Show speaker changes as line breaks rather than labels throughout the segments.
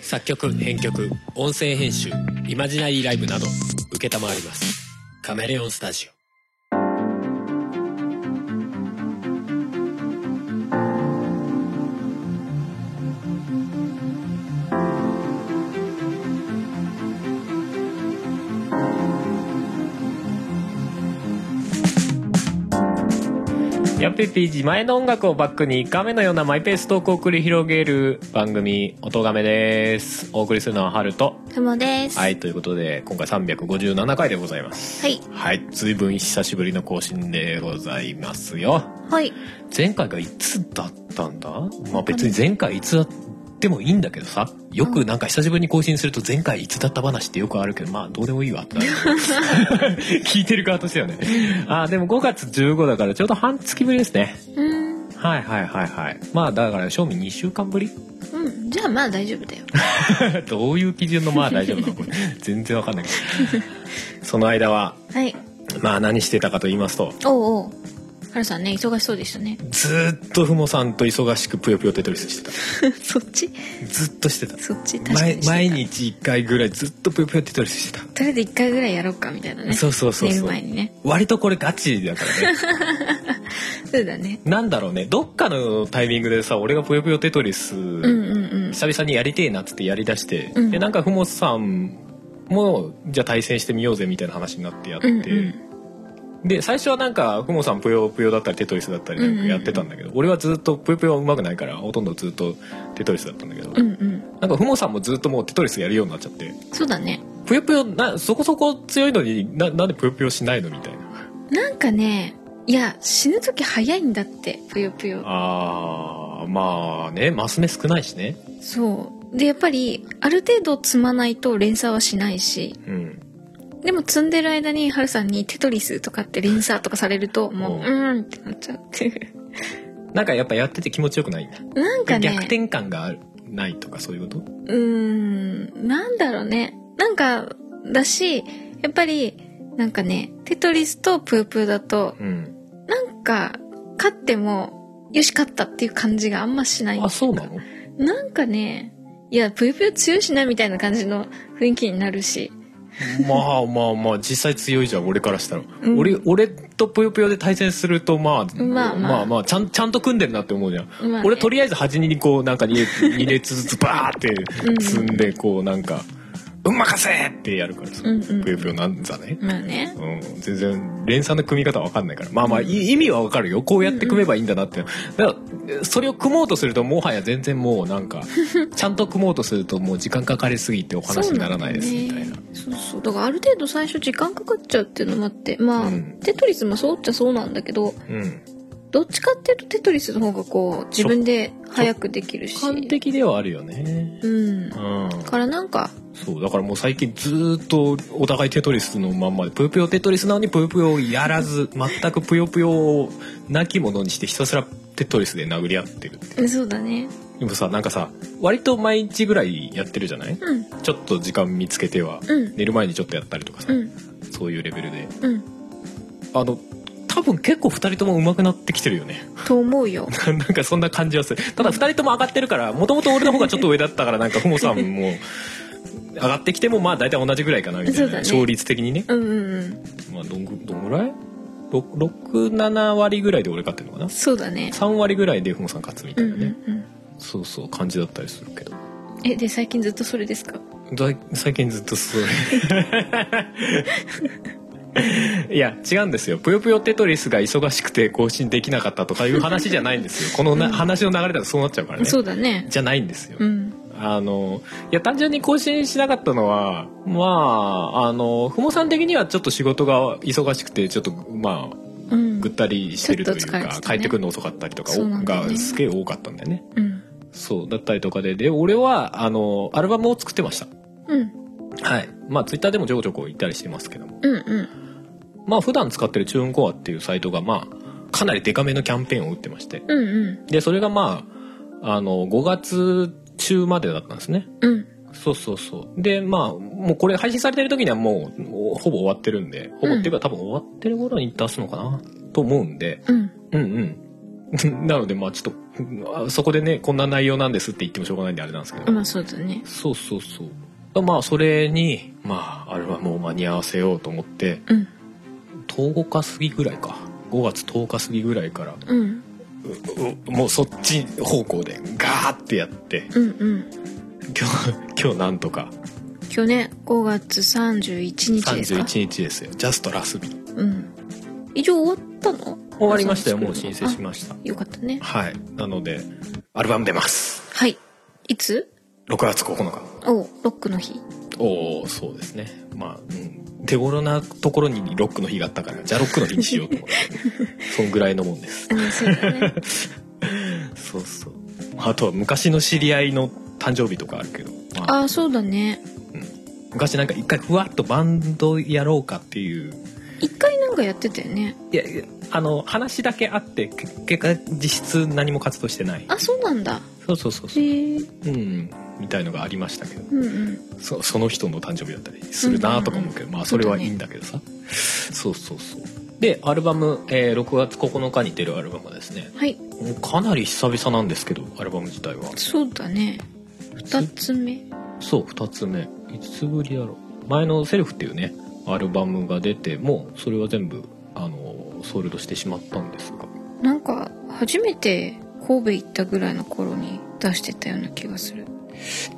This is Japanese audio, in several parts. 作曲編曲音声編集イマジナリーライブなど承りますカメレオンスタジオやっぺーぴー自前の音楽をバックに画面のようなマイペーストークを繰り広げる番組「音亀」ですお送りするのはハルと
ふもです。
はいということで今回357回でございます
はい。
はい随分久しぶりの更新でございますよ
はい。
前回がいつだったんだまあ別に前回いつだってもいいんだけどさよくなんか久しぶりに更新すると前回いつだった話ってよくあるけどまあどうでもいいわ ってなる聞いてる側としてはねあーでも5月15だからちょうど半月ぶりですね
うん。
はいはいはいはいまあだから賞味2週間ぶり
うん。じゃあまあ大丈夫だよ。
どういう基準のまあ大丈夫なのこれ全然わかんないけどその間は
はい。
まあ何してたかと言いますと
おうおう。はるさんね、忙しそうでしたね。
ずーっとふもさんと忙しくぷよぷよテトリスしてた
そっち
ずっとしてた
そっち確か
毎
に。
毎。日1回ぐらいずっとぷよぷよテトリスしてた、
とりあえず一回ぐらいやろうかみたいなね。
そうそうそう
寝
そ
る
う
前にね。
割とこれガチだからね
そうだね。
なんだろうねどっかのタイミングでさ俺がぷよぷよテトリス、
うんうんうん。
久々にやりてえなっつってやりだして、
うん
でなんかふもさんもじゃあ対戦してみようぜみたいな話になってやって、
うんうん。
で最初はなんかふもさんぷよぷよだったりテトリスだったりなんかやってたんだけど、俺はずっとぷよぷよはうまくないからほとんどずっとテトリスだったんだけど、
うんうん。
なんかふもさんもずっともうテトリスやるようになっちゃって
そうだね。
ぷよぷよなそこそこ強いのにななんでぷよぷよしないのみたいな
なんかね、いや、死ぬ時早いんだって、ぷよぷよ。
あーまあねマス目少ないしね
そう。で、やっぱり、ある程度積まないと連鎖はしないし、
うん
でも積んでる間にハルさんにテトリスとかって連鎖とかされると、もう、
お
う
う
ーんってなっちゃうっていう。
なんかやっぱやってて気持ちよくないんだ
なんかね、
逆転感があるないとかそういうこと
うーん、なんだろうね。なんか、だし、やっぱり、なんかね、テトリスとプープーだと、
うん
なんか、勝っても、よし、勝ったっていう感じがあんましない。
あそうなの
なんかね、いや、プープー強いしな、みたいな感じの雰囲気になるし。
まあまあまあ実際強いじゃん俺からしたら、
うん
俺俺とぷよぷよで対戦するとまあ
まあまあ
まあまあちゃんちゃんと組んでるなって思うじゃん、
まあね
俺とりあえず端にこうなんか 2, 列二列ずつバーって積んでこうなんか「うん任せ!」ってやるからさ、
うんうん
ぷよぷよなんざね、
まあね。
うん、全然連鎖の組み方わかんないからまあまあ、い意味はわかるよこうやって組めばいいんだなって、だからそれを組もうとするともはや全然もうなん かちゃんと組もうとするともう時間かかりすぎてお話にならないですみたいな。
そうそうだからある程度最初時間かかっちゃうっていうのもあってまあ、
うん
テトリスもそうっちゃそうなんだけど
うん
どっちかっていうとテトリスの方がこう自分で早くできるし
完璧ではあるよね。
うんだ
うん、
からなんか
そうだからもう最近ずーっとお互いテトリスのまんまでぷよぷよテトリスなのにぷよぷよをやらず全くぷよぷよをなきものにしてひたすらテトリスで殴り合ってるって
そうだね
でもさなんかさ割と毎日ぐらいやってるじゃない
うん
ちょっと時間見つけては、
うん
寝る前にちょっとやったりとかさ、
うん
そういうレベルで
うん
あの多分結構2人とも上手くなってきてるよね
と思 うよ
なんかそんな感じはするただ2人とも上がってるからもともと俺の方がちょっと上だったからなんかふもさんも上がってきてもまあ大体同じぐらいかなみたい
そう
な、
だね
勝率的にね
うんうんうん
まあどんぐどんぐらい67割ぐらいで俺勝ってるのかな
そうだね
3割ぐらいでふもさん勝つみた
う
い
ん
な
う
ね、
ん
そうそう感じだったりするけど
うんえで最近ずっとそれですか
だ最近ずっとそれ いや違うんですよ「ぷよぷよテトリス」が忙しくて更新できなかったとかいう話じゃないんですよこのな、話の流れだとそうなっちゃうからね
そうだね
じゃないんですよ、
うん
あのいや単純に更新しなかったのはまああのふもさん的にはちょっと仕事が忙しくてちょっとまあ
うん
ぐったりしてるという
ちょっと疲れ
か
て、たね
帰ってくるの遅かったりとか
そうなんだよね
がすげえ多かったんだよね
うん
そうだったりとかでで俺はあのアルバムを作ってました
うん
はい。まあ、ツイッターでもちょこちょこ行ったりしてますけども。
うんうん
まあ、普段使ってるチューンコアっていうサイトが、まあ、かなりデカめのキャンペーンを打ってまして。
うんうん
で、それがまあ、あの、5月中までだったんですね。
うん
そうそうそう。で、まあ、もうこれ配信されてる時にはもう、ほぼ終わってるんで、ほぼっていうか多分終わってる頃に出すのかな、と思うんで、
うん
うんうん。なので、まあ、ちょっと あそこでねこんな内容なんですって言ってもしょうがないんであれなんですけど、
まあそうだね
そうそうそうまあそれにまあアルバムを間に合わせようと思って
うん
10日過ぎぐらいか5月10日過ぎぐらいから
うん
ううもうそっち方向でガーってやって
うんうん
今日今日なんとか
去年5月31日ですか
31日ですよジャストラスビ
うん以上終わったの
終わりましたよ
予
もう
算
申
作るの
請しました
あよかったね
はいなのでアルバム出ます
はいいつ
6月9日
おロックの日
おおそうですねまあ、うん、手頃なところにロックの日があったからじゃあロックの日にしようと 思ってそんぐらいのもんです
うんそうだ ね
そうそうあとは昔の知り合いの誕生日とかあるけど、まあ、
あそうだね
昔なんか一回ふわっとバンドやろうかっていう
一回なんかやってたよね
いやいやあの話だけあってけ結果実質何も活動してない
あそうなんだ
そうそうそうそ
へ
う
え
うんみたいのがありましたけど
うんうん
そその人の誕生日だったりするなとか思うけど、まあそれはいいんだけどさ、そうそうそうでアルバム、えー6月9日に出るアルバムはですね
はい
もうかなり久々なんですけどアルバム自体は
そうだね二つ目
そう2つ目いつぶりだろう前の「セルフっていうねアルバムが出てもうそれは全部あのソールドしてしまったんですが
なんか初めて神戸行ったぐらいの頃に出してたような気がする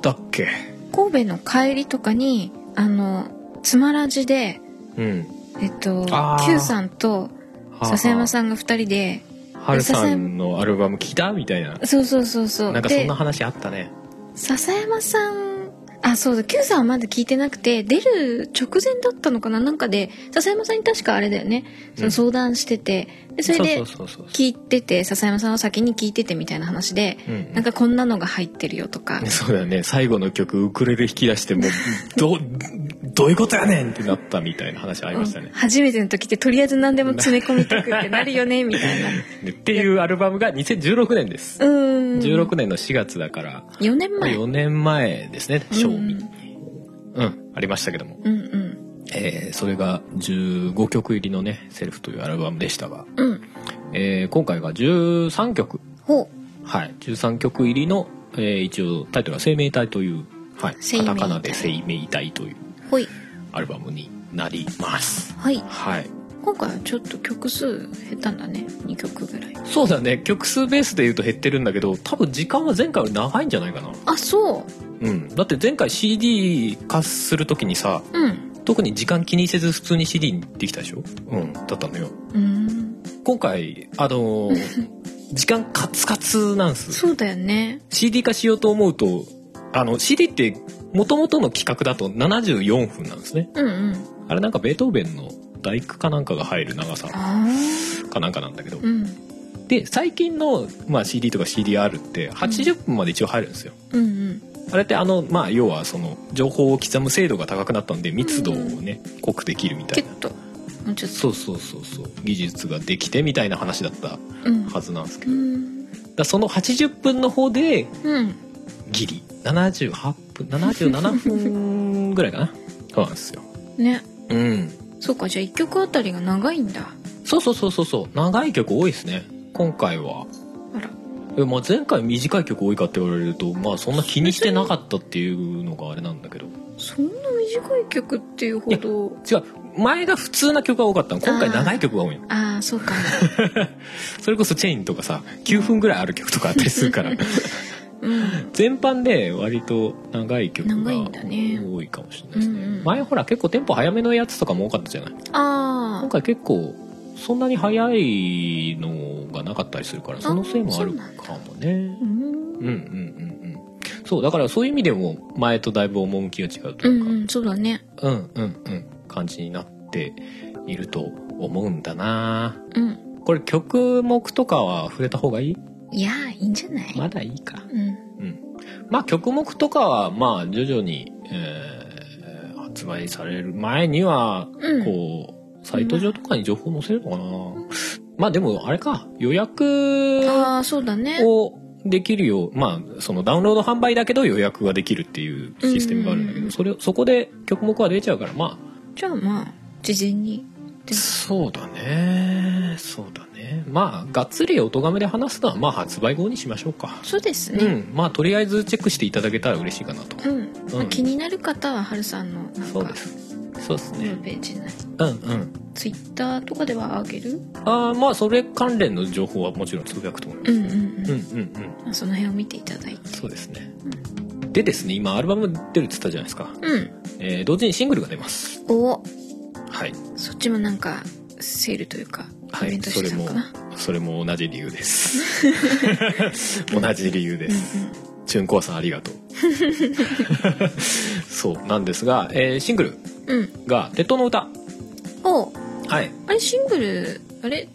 だっけ
神戸の帰りとかにあのつまらじで
うん
えっと
あー
Q さんと笹山さんが二人で
はるさんのアルバム聞いたみたいな
そうそうそうそう
なんかそん
で
な話あったね
笹山さんあそうだ Q さんはまだ聞いてなくて出る直前だったのかななんかで笹山さんに確かあれだよねその相談してて、でそれで
うそうそうそう
聞いてて笹山さんは先に聞いててみたいな話で、
うんうん
なんかこんなのが入ってるよと か
そうだね最後の曲ウクレレ弾き出してもうどどういうことやねんってなったみたいな話ありましたね。
初めての時ってとりあえず何でも詰め込みたくってなるよねみた いな
でっていうアルバムが2016年です。
うーん
16年の4月だから
4年前
4年前ですね賞
うんう
味
ん。
うんありましたけども、
うんうん
えーそれが15曲入りのね「セルフというアルバムでしたが、
うん
えー今回が13曲
ほ
はい、13曲入りの、えー一応タイトルは「生命体」という、はい、
生
カ
命体
タカナで「生命体」という
うほい
アルバムになります
はい
はい
今回はちょっと曲数減ったんだね2曲ぐらい
そうだね曲数ベースで言うと減ってるんだけど多分時間は前回より長いんじゃないかな
あそう
うんだって前回 CD 化する時にさ
うん
特に時間気にせず普通に CD にできたでしょうんだったのよ
うん
今回あの ー時間カツカツなんす
そうだよね
CD 化しようと思うとあの CD って元々の企画だと74分なんですね
うんうん
あれなんかベートーベンの大工かなんかが入る長さ
ああ
かなんかなんだけど
うん
で最近の、まあ、CD とか CDR って80分まで一応入るんですよ、
うんうん
あれってあのまあ要はその情報を刻む精度が高くなったんで密度をね濃くできるみた
キ
い
ュ
な
ッともうちょっと
そうそうそうそう技術ができてみたいな話だった
うん
はずなんですけ
う
どだか
ん
らその80分の方で
うん
ギリ78分77分ぐらいかなそうなんですよ
ね
うん
そうかじゃあ1曲あたりが長いんだ
そうそうそうそうそう長い曲多いですね今回は
あら
え、まあ、前回短い曲多いかって言われるとまあそんな気にしてなかったっていうのがあれなんだけど
そんな短い曲っていうほど
違う前が普通な曲が多かったの今回長い曲が多いの
ああそう かも
それこそチェインとかさ9分ぐらいある曲とかあったりするから
うん
全般で割と長い曲が
長いんだね
多いかもしれないですね
うんうん
前ほら結構テンポ早めのやつとかも多かったじゃない
あ
今回結構そんなに早いのがなかったりするからそのせいもあるかもね
あう
うんう
ん
んうんうんそうだからそういう意味でも前とだいぶ趣が違うと
う
いうんか、
うんそうだね
うんうんうん感じになっていると思うんだな
うん
これ曲目とかは触れた方がいい
いやーいいんじゃない
まだいいか
うん
うんまあ曲目とかはまあ徐々に、えー発売される前には
うん
こう、サイト上とかに情報載せるのかな、まあでもあれか予約
ああそうだね
をできるようまあそのダウンロード販売だけど予約ができるっていうシステムがあるんだけ
う
ど
ん
それをそこで曲目は出ちゃうからまあ
じゃあまあ事前にで
そうだねそうだねねまあがっつりお咎めで話すのはまあ発売後にしましょうか
そうです
う
ね
んまあとりあえずチェックしていただけたら嬉しいかなと、
うん、ま
う
あ、
ん
気になる方ははるさんのなん
そう
か
ですそうです
ホー
ね
ムページなり
うんうん
ツイッターとかではあげる
あーまあそれ関連の情報はもちろんつぶやくと思いま
う
す、
んうんうん、
うんうんうん
まあ、その辺を見ていただいて
そうですね、でですね今アルバム出るっつったじゃないですか、
うん
えー同時にシングルが出ます
お
はい
そっちもなんかセールというか
は
イベン
い
ト
それ
してたの
も
かな、
それも同じ理由です 同じ理由です、チュンコアさんありがとう そうなんですが、えーシングル
うんうん
が「鉄塔の歌
お」
はい
あれシングルあれ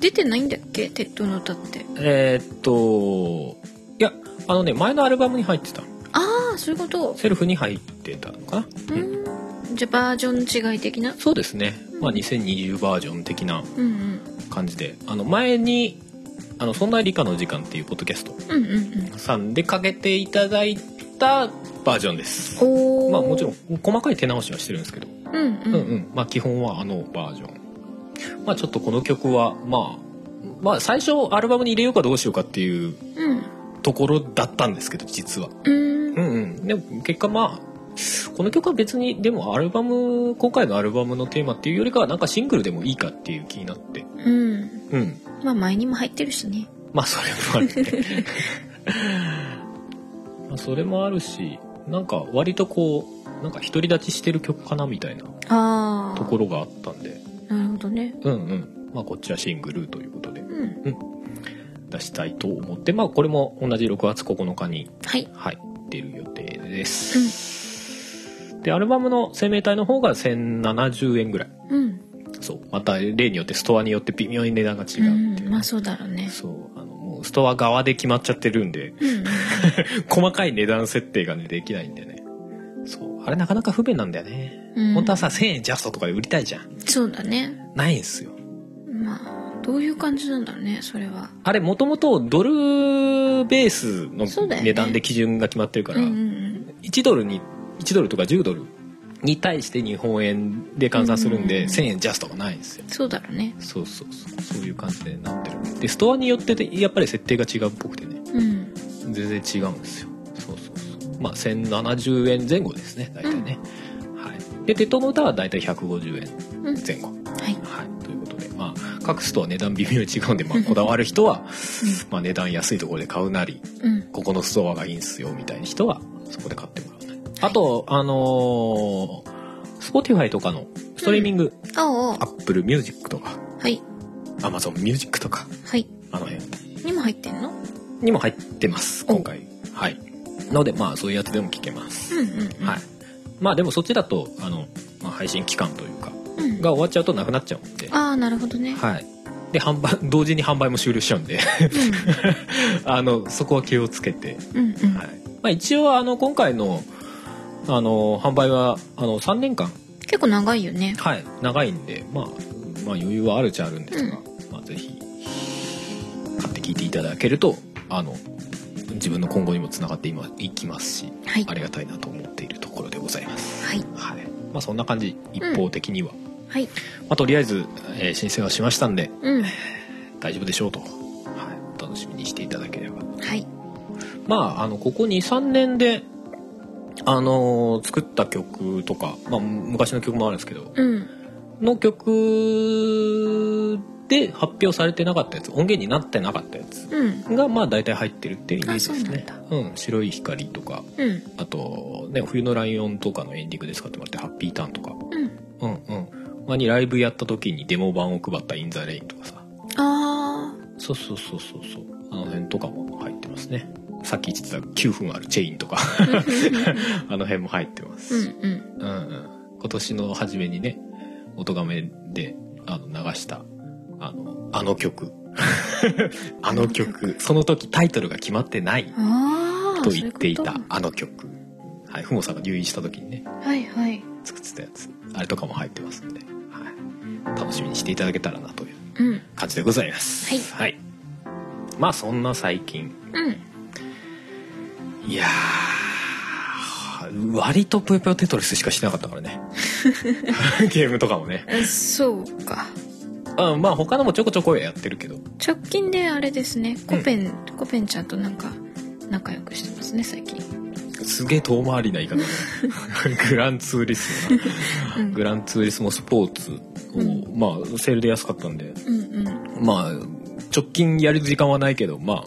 出てないんだっけ鉄塔の歌って
えーっといやあのね前のアルバムに入ってた
ああそういうこと
セルフに入ってたのかな、う
う
ん
ーんじゃあバージョン違い的な
そうですね、まあ、2020バージョン的な
うんうん
感じであの前に「あのそんな理科の時間」っていうポッドキャスト
うんうん
さんでかけていただいたバージョンです
うんおお
まあもちろん細かい手直しはしてるんですけど、
うんう
うんんうんまあ、基本はあのバージョンまあちょっとこの曲はまあまあ最初アルバムに入れようかどうしようかっていう
うん
ところだったんですけど実は
うん
うんうんでも結果まあこの曲は別にでもアルバム今回のアルバムのテーマっていうよりかはなんかシングルでもいいかっていう気になって
うん
うん
まあ前にも入ってるしね
まあそれもあるねまあそれもあるしなんか割とこうなんか独り立ちしてる曲かなみたいな
ああ
ところがあったんで
なるほどね
うんうんまあこっちはシングルということで
うん
出したいと思ってまあこれも同じ6月9日に
はい
はい出る予定です、でアルバムの生命体の方が1070円ぐらい
うん
そうまた例によってストアによって微妙に値段が違うっていう、
うんまあそうだろうね
そうあのもうストア側で決まっちゃってるんで
うん
細かい値段設定がねできないんでねそうあれなかなか不便なんだよね、
うん
本当はさ1000円ジャストとかで売りたいじゃん
そうだね
ないんすよ
まあどういう感じなんだろうねそれは
あれもともとドルベースの
そうだよね
値段で基準が決まってるか
う
ら、
んうん
1ドルに1ドルとか10ドルに対して日本円で換算するん
うんうん
で、
うん
1000円ジャストがないんですよ
うんそうだろうね
そうそうそうそういう感じでなってるでストアによってでやっぱり設定が違うっぽくてね
うん
全然違うんですよそうそうそうまあ1070円前後ですね大体ね、はいで鉄塔の歌は大体150円
うんは
前後
い
はいということでまあ各ストア値段微妙に違うんで、まあ、こだわる人は、まあ、値段安いところで買うなり
うん
ここのストアがいいんすよみたいな人はそこで買ってもらうねあとあのー Spotify とかのストリーミング、
おうおう
Apple Music とか
はい
Amazon Music とか
はい
あの辺
にも入ってんの
にも入ってます
お
今回はいのでまあそういうやつでも聞けます、
うんうんうん
はいまあでもそっちだとあの、まあ、配信期間というか
うん
が終わっちゃうとなくなっちゃうんで、
ああなるほどね
はいで販売同時に販売も終了しちゃうんで あのそこは気をつけて
うんうんうん
はいまあ、一応あの今回のあの販売はあの3年間、
結構長いよね
はい、長いんで、まあ、まあ余裕はあるっちゃあるんですが、
う
まあ、ぜひ買って聞いていただけるとあの自分の今後にもつながってい,、ま、いきますし
はい
ありがたいなと思っているところでございます。
はい
はいまあ、そんな感じ一方的には、
はい
まあ、とりあえず、えー申請はしましたんで
うん
大丈夫でしょうと、はい、楽しみにしていただければ
はい
まあ、あのここ23年で、あのー作った曲とか、まあ、む昔の曲もあるんですけど
うん
の曲で発表されてなかったやつ音源になってなかったやつ
うん
がまあ大体入ってるっていうイメージですね
あそう。
うん白い光とか
うん
あと、ね「冬のライオン」とかのエンディングで使ってもらって「ハッピーターン」とか、
うん
うんうん、まあにライブやった時にデモ版を配った「インザレイン」とかさ
ああ
そうそうそうそうそうあの辺とかも入ってますねさっき言ってた9分あるチェインと かあの辺も入ってま
う
す、
んうん
うんうん今年の初めにね音がめであの流したあのあの 曲あの曲その時タイトルが決まってない
ああ
と言っていた
そううこ
あの曲はいふもさんが入院した時にね
とはいはい
作ってたやつあれとかも入ってますんで、はい、楽しみにしていただけたらなという
うん
感じでございます
はい
まあそんな最近
うん
いやー割とぷよぷよ テトリスしかしてなかったからねゲームとかもね
えそうか
うん、まあ他のもちょこちょこやってるけど。
直近であれですねコペン、コペンちゃんとなんか仲良くしてますね最近
すげえ遠回りな言い方だ ねグランツーリスモだ
うん
グランツーリスモスポーツを、
うん
まあセールで安かったんで、
うん
まあ直近やる時間はないけど、まあ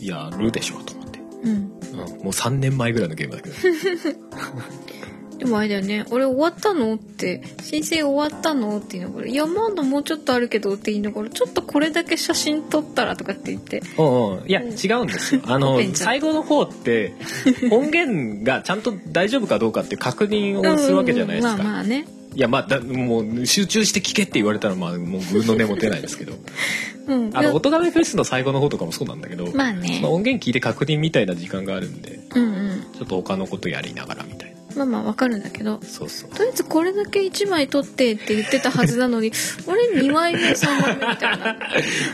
やるでしょうと思って。
うんうん
うん、もう3年前ぐらいのゲームだけど。
でもあれだよね俺終わったのって申請終わったのって言いながらいやまだもうちょっとあるけどって言いながらちょっとこれだけ写真撮ったらとかって言って
うんうんいや、
うん
違うんです よ。あの
ペン、ちゃん
最後の方 って、音源がちゃんと大丈夫かどうかっていう確認をするわけじゃないですか。
うんうんまあまあね
いや、まあ、だもう、集中して聞けって言われた ら、まあ、もう、ぐうの音も出ないですけど。
うん
あ
いや
の、音亀フェスの最後の方とかもそうなんだけど、
まあ
まあ
ね
音源聞いて確認みたいな時間があるんで、
うんうん
ちょっと他のことやりながらみたいな。
まあまあわかるんだけど
そうそう。
とりあえずこれだけ1枚撮ってって言ってたはずなのに俺2枚目3枚目みたいな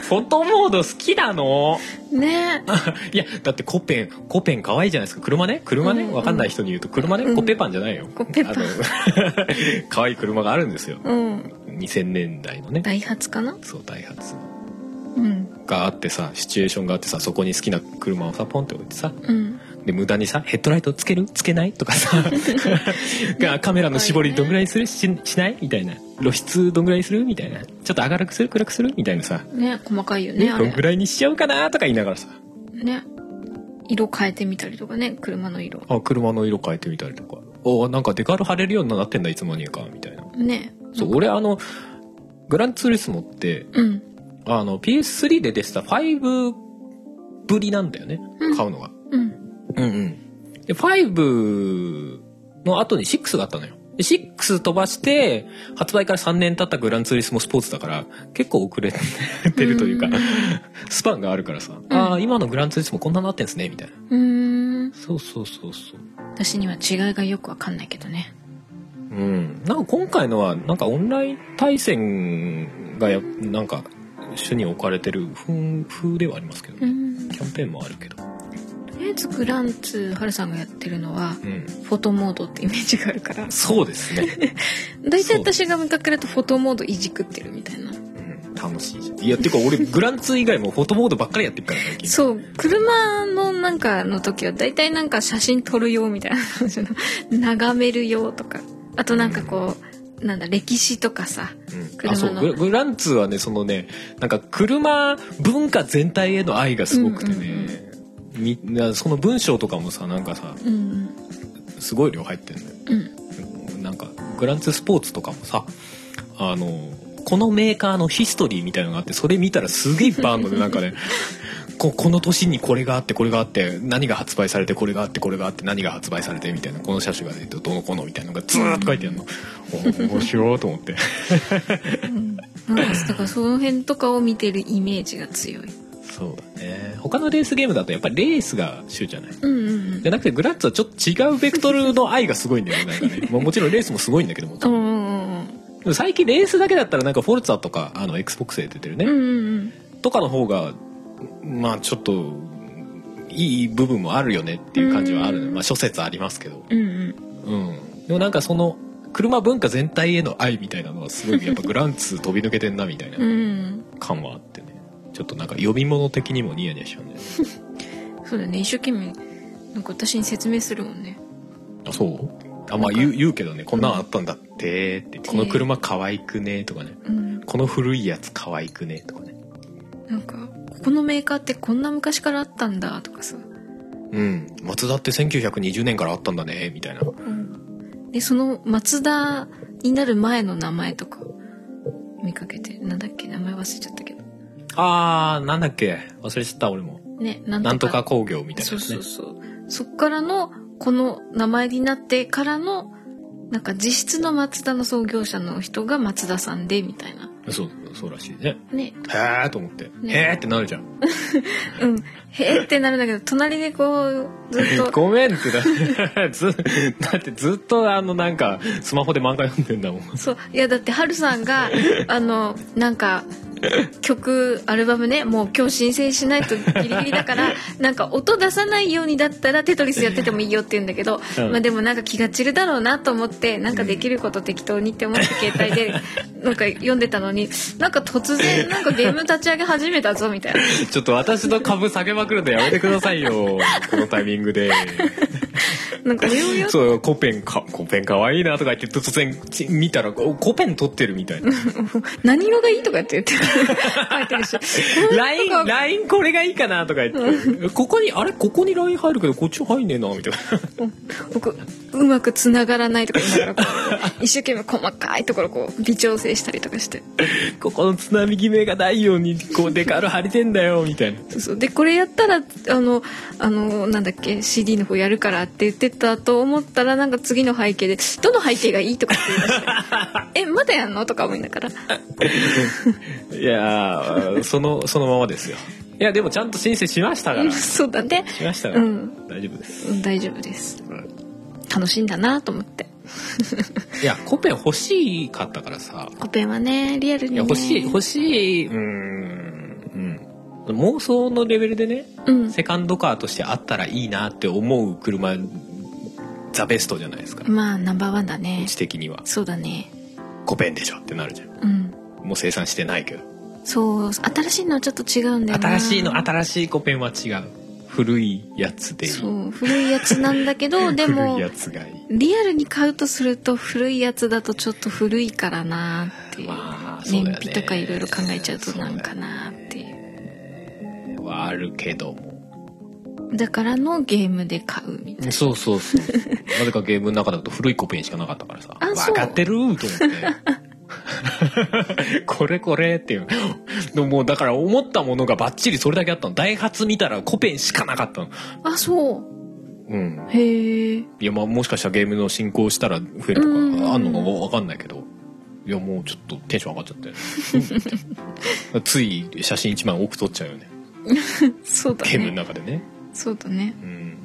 フォトモード好きなの
ね
いや、だってコペン、コペン可愛いじゃないですか。車ね車ね
うんうん
わかんない人に言うと、車ね
うん
コペパンじゃないよ。
コペパン
あの 可愛い車があるんですよ。
うん
2000年代のね。
ダイハツかな
そう、ダイハツ
うん
があってさ、シチュエーションがあってさ、そこに好きな車をさ、ポンって置いてさ、
うん
で無駄にさヘッドライトつけるつけないとか さ がカメラの絞りどんぐらいするししないみたいな露出どんぐらいするみたいなちょっと明るくする暗くするみたいなさ
ね細かいよねあ
どんぐ
れ
らいにしちゃうかなとか言いながらさ
ね色変えてみたりとかね車の色
あ車の色変えてみたりとかおなんかデカール貼れるようになってんだいつの間にかみたいな
ね
そう俺あのグランツーリスモって
うん
あの PS3 で出てた5ぶりなんだよね
うん
買うのが
うん
うんうん。で、5の後に6があったのよ。で、6飛ばして、発売から3年経ったグランツーリスモスポーツだから、結構遅れてるというか
う、
スパンがあるからさ、ああ、今のグランツーリスモこんなになってんすね、みたいな。
うーん
そうそうそうそう。
私には違いがよくわかんないけどね
うん。なんか今回のは、なんかオンライン対戦がや、なんか、主に置かれてる風風ではありますけど、
う
キ
ん
ャンペーンもあるけど。
とりあえずグランツーハルさんがやってるのは
うん。
フォトモードってイメージがあるから
そうですね。
大体私が見かけるとフォトモードいじくってるみたい
う
な
ん楽しいじゃんいやてか俺グランツー以外もフォトモードばっかりやってるから最近
そう車のなんかの時は大体なんか写真撮るよみたいな感じの眺めるよとかあとなんかこう、なんだ歴史とかさ
うん、あ
車
そう
の
ググランツーはねそのねなんか車文化全体への愛がすごくてね、みなその文章とかもさなんかさ
うん
すごい量入ってるのよ
うんうん
なんかグランツースポーツとかもさあのこのメーカーのヒストリーみたいなのがあってそれ見たらすげえいっぱいあるのでなんかね ここの年にこれがあってこれがあって何が発売されてこれがあってこれがあって何が発売されてみたいなこの車種が、ね、どのこうのみたいなのがずーっと書いてあるのお面白いと思って
うんなんかだからその辺とかを見てるイメージが強い
そうだね他のレースゲームだとやっぱりレースが主じゃない
うんうん
じゃなくてグランツーはちょっと違うベクトルの愛がすごいんだよねなんかね、まあもちろんレースもすごいんだけども
うんうんうん
でも最近レースだけだったらなんかフォルツァとかあの XBOX で出てるね、
うんうん
とかの方がまあちょっといい部分もあるよねっていう感じはある、
うん
まあ諸説ありますけど、
うんうん
うん、でもなんかその車文化全体への愛みたいなのはすごいやっぱグランツー飛び抜けてんなみたいな
うんうん
感はあってねちょっとなんか読み物的にもニヤニヤし ちゃうんだよね
そうだね一生懸命なんか私に説明するもんね
あそうあまあ言う言うけどねこんなのあったんだってってこの車可愛くねとかね
うん
この古いやつ可愛くねとかね
なんかここのメーカーってこんな昔からあったんだとかさ
うんマツダって1920年からあったんだねみたいな
でその松田になる前の名前とか見かけてなんだっけ名前忘れちゃったけど
あーなんだっけ忘れちゃった俺も
ねなん
なんと
と
か
か
工業みたいな
そう
やつ
そ
ね
うそうそっからのこの名前になってからのなんか実質の松田の創業者の人が松田さんでみたいな
そうそうらしいね
ね
へえと思って、
ね
へえってなるじゃん
うんへえってなるんだけど隣でこうずっと
ごめんってだ ずだってずっとあのなんかスマホで漫画読んでんだもん
そういやだってハルさんがあのなんか曲アルバムねもう今日申請しないとギリギリだから なんか音出さないようにだったらテトリスやっててもいいよって言うんだけど、
うん
まあ、でもなんか気が散るだろうなと思ってなんかできること適当にって思 って携帯でなんか読んでたのになんか突然なんかゲーム立ち上げ始めたぞみたいな
ちょっと私の株下げまくるのやめてください よこのタイミングで
なん かようやっ
そうコペンかコペンかわいいなとか言って突然ち見たらおコペン撮ってるみた いな
何色がいいとかって言って書いてるし
LINE ラインこれがいいかなとか言ってここにあれここに LINE 入るけどこっち入んねえな みたいな
僕うまくつながらないとか言いながらこう一生懸命細かいところこう微調整したりとかして
ここの津波決めがないようにこうデカール貼りてんだよみたいな
そうそうでこれやったらあのあのなんだっけ CD の方やるからって言ってたと思ったらなんか次の背景で「どの背景がいい?」とかって言い出して えまだやんの?」とか思いながら
いやーそのそのままですよいやでもちゃんと申請しましたか
うん
らし
そうだね
ましたから、
うん
大丈夫です
うん大丈夫です楽しいんだなと思って
いやコペン欲しかったからさ
コペンはねリアルに、
い
ね、
や欲しい欲しいうーんうん妄想のレベルでね
うん
セカンドカーとしてあったらいいなって思う車ザベストじゃないですか
まあナンバーワンだね
知的には
そうだね
コペンでしょってなるじゃん
うん
もう生産してないけど
そう新しいのはちょっと違うんだよな
新しいの新しいコペンは違う古いやつでいい
そう古いやつなんだ けどで
古
も
いやつがいい
リアルに買うとすると古いやつだとちょっと古いからなっていう,、
まあそうだ
燃
よね
費とかいろいろ考えちゃうとなんかなっていう
はあるけども
だからのゲームで買うみたいな
そうそうそうなぜかゲームの中だと古いコペンしかなかったからさ
あそう
分かってると 思ってこれこれっていうでももうだから思ったものがバッチリそれだけあったのダイハツ見たらコペンしかなかったの
あそう
うん
へえ
いやまあもしかしたらゲームの進行したら増える
うんう
と
んうん
かあんのか分かんないけどいやもうちょっとテンション上がっちゃって、う んつい写真一枚多く撮っちゃうよね
そうだ
ゲームの
ね
中でね
そうだね
うん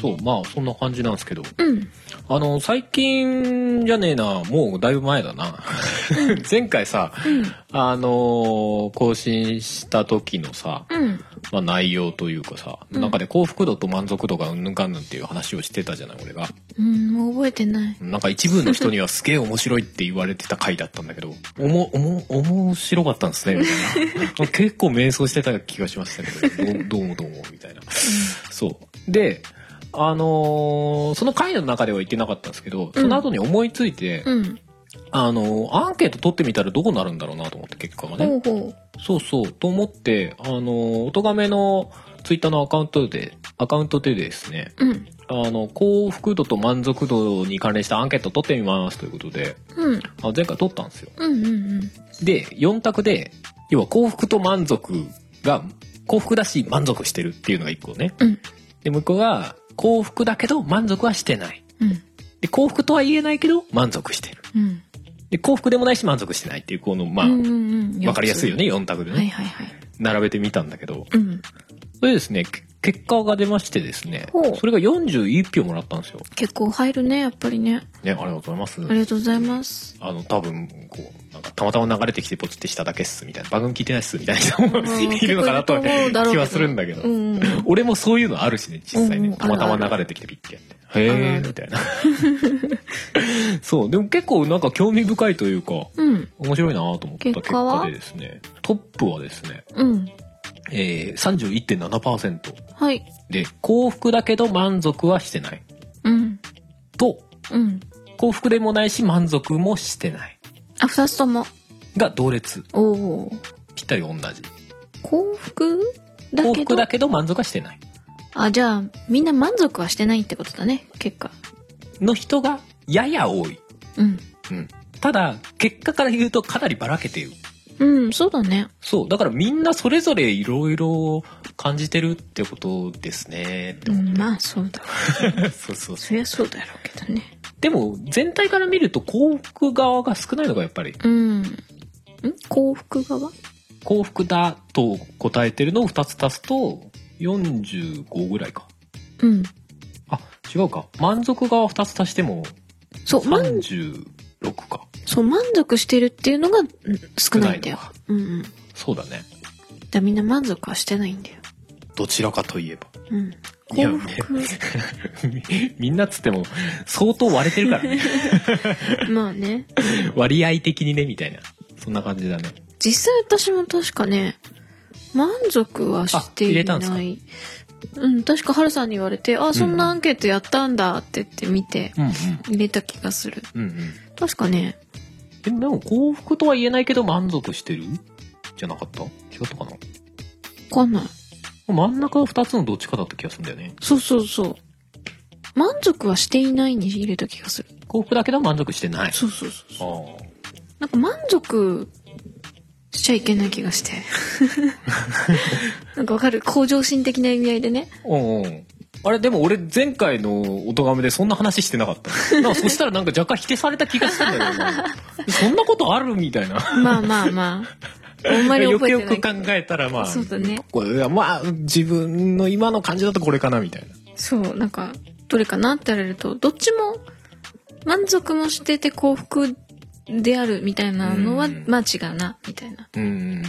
そうまあそんな感じなんですけど
うん
あの最近じゃねえなもうだいぶ前だな 前回さ、あのー更新した時のさ、
うん
まあ、内容というかさ、
うん
中で幸福度と満足度がうんぬんかんぬんっていう話をしてたじゃない俺が
うんもう覚えてない
なんか一部の人にはすげえ面白いって言われてた回だったんだけどおもおも面白かったんですねみたいな結構迷走してた気がしましたけどどうどうもどうもみたいなそうであのーその回の中では言ってなかったんですけどその後に思いついて、
うん
あのーアンケート取ってみたらどうなるんだろうなと思って結果がね
ほうほ
そうそう、と思って、あの、おとがめのツイッターのアカウントで、アカウントでですね、
ううん
あの、幸福度と満足度に関連したアンケート取ってみますということで、
うん
あ前回取ったんですよ。
うんうんうん
で、4択で、要は幸福と満足が、幸福だし満足してるっていうのが1個ね。
うん
で、もう1個が、幸福だけど満足はしてない。
うん
で、幸福とは言えないけど満足してる。
うん
で、幸福でもないし満足してないっていう、この、まあ、
うんうんうん
わかりやすいよね、4択で
はい
ね。
はいはい
並べてみたんだけど。
うん
それでですね、け結果が出ましてですね
ほう、
それが41票もらったんですよ。
結構入るねやっぱりね
ね、ありがとうございます
あ。りがとうございます
あの、多分、こう、なんか、たまたま流れてきてポチってしただけっす、みたいな。番組聞いてないっす、みたいな人も
う ん
いるのかなと
結構いると思うだろう
気
けど
はするんだけど
う。んうん
俺もそういうのあるしね、実際
うん
ね。
うん
たまた
あるあ
ま
る
流れてきてピッてやって。へ
あるあ
え
る
みたいな。 そう、でも結構なんか興味深いというか、
うん
面白いなと思った
結
結
果は
果でですね、トップはですね、
うん
えー、31.7%
はい
で、幸福だけど満足はしてない。
うん
と
うん
幸福でもないし満足もしてない
あ二つとも
が同列
おお
ぴったり同じ
幸福だけど
幸福だけど満足はしてない
あじゃあみんな満足はしてないってことだね結果
の人がやや多い、
うん
うん、ただ結果から言うとかなりばらけている
うんそうだね
そうだからみんなそれぞれいろいろ感じてるってことですね って
う
思っ
ん
て、
まあそうだ
そうそうそう
そりゃそうだろうけどね
でも全体から見ると幸福側が少ないのがやっぱり
うんん幸福側
幸福だと答えてるのを2つ足すと45ぐらいか
うん
あ違うか満足側2つ足しても
そう満
36か。
そう満足してるっていうのがうん少ないんだ
少ない
よ
のか
うんうんだか
そうだね。
らみんな満足はしてないんだよ
どちらかといえば。
うん
いや
幸福
みんなっつっても、相当割れてるから ね。
まあね
割合的にね、みたいな。そんな感じだね。
実際私も確かね満足はして
あ入
い
れたんです
な
か
いうん確かハルさんに言われて「あそんなアンケートやったんだ」って言って見て
うんうん。
入れた気がする
うんうん。
確かね
でも幸福とは言えないけど満足してるじゃなかった違ったかな
分かんない
真ん中は2つのどっちかだった気がするんだよね。
そうそうそう満足はしていないに入れた気がする
幸福だけど満足してない。
そうそうそう
あ
なんか満足しちゃいけない気がして なんかわかる向上心的な意味合いでね
あ。うんうん。あれ、でも俺前回のおとがめでそんな話してなかった。なんかそしたらなんか若干否定された気がするんだけどな、そんなことあるみたいな。
まあまあまああんまり
よ
覚
く
え
よ
てない
く考えたらまあ、
そうだね
これはまあ自分の今の感じだとこれかなみたいな。
そうなんかどれかなって言われるとどっちも満足もしてて幸福であるみたいなのは、
うん
まあ違うなみたいな
うんうん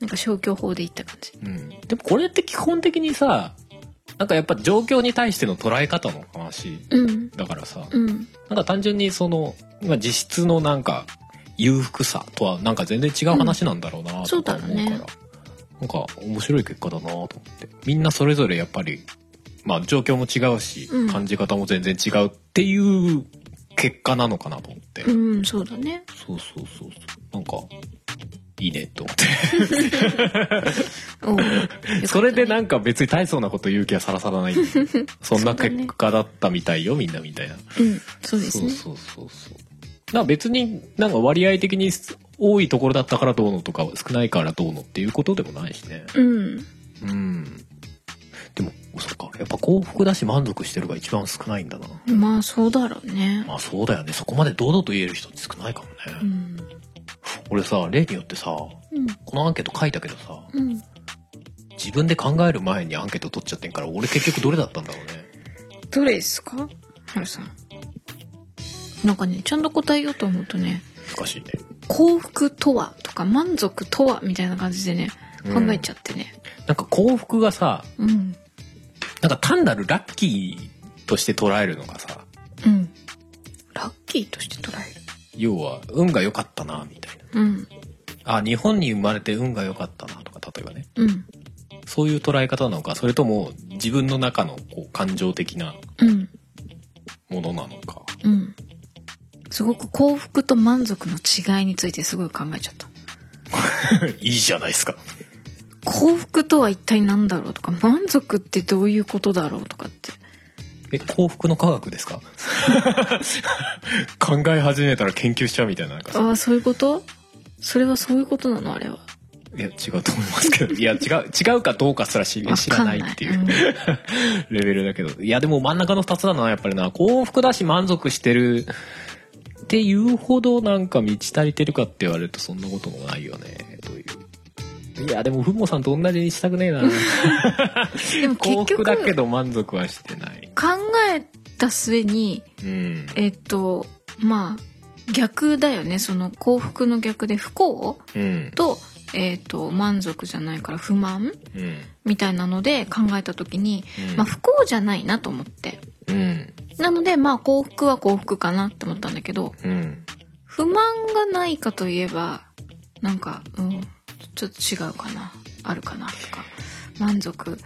なんか消去法でいった感じ
うん。うん。でもこれって基本的にさ、なんかやっぱ状況に対しての捉え方の話
うん
だからさ、
うん
なんか単純にその、まあ、実質のなんか裕福さとはなんか全然違う話なんだろうな
そう
とか
だ
思うから、
ろうね
なんか面白い結果だなと思ってみんなそれぞれやっぱり、まあ、状況も違うし、
うん
感じ方も全然違うっていう結果なのかなと思って、
うんそうだね
そうそうそうそうなんかいいねと思って
お う
それで
よかっ
なんか別に大層なこと言う気はさらさら ないそんな結果だったみたいよみんなみたいな
たねうんそうです
そう
ね
そうそうそう。なんか別になんか割合的に多いところだったからどうのとか少ないからどうのっていうことでもないしね。
うん
うん。でも、そっか。やっぱ幸福だし満足してるが一番少ないんだな。
まあそうだろうね
まあそうだよね。そこまで堂々と言える人って少ないかもね。
うん
俺さ、例によってさ、こ
うん
のアンケート書いたけどさ、
うん
自分で考える前にアンケート取っちゃってんから、俺結局どれだったんだろうね。
どれですかハルさんなんかねちゃんと答えようと思うとね
難しいね。
幸福とはとか満足とはみたいな感じでね考
うん
えちゃってね
なんか幸福がさ、
うん
なんか単なるラッキーとして捉えるのがさ、
うんラッキーとして捉え
要は運が良かったなみたいな
るうん
あ日本に生まれて運が良かったなとか例えばね
うん
そういう捉え方なのかそれとも自分の中のこう感情的な
うん
ものなのか
うんすごく幸福と満足の違いについてすごい考えちゃった
いいじゃないですか
幸福とは一体何だろうとか満足ってどういうことだろうとかって
え幸福の科学ですか 考え始めたら研究しちゃうみたいななんかさ
ああそういうことそれはそういうことなのあれはい
や違うと思いますけどいや違う違うかどうかすら知
わ
知
からん
ないっていうレベルだけど。いや、でも真ん中の二つだな、やっぱりな。幸福だし満足してるっていうほどなんか満ち足りてるかって言われるとそんなこともないよね、という。いや、でも、ふもさんと同じにしたくねえ な。
うんで
幸
も結
福
局
だけど満足はしてない。
考えた末に
うん。
えっとまあ逆だよねその幸福の逆で不幸
うん。
と,、えっと満足じゃないから不満
うん。
みたいなので考えた時に、
うん
まあ、不幸じゃないなと思って
うん。
なのでまあ幸福は幸福かなって思ったんだけど
うん。
不満がないかといえばなんかうんちょっと違うかなあるかなとか満足っ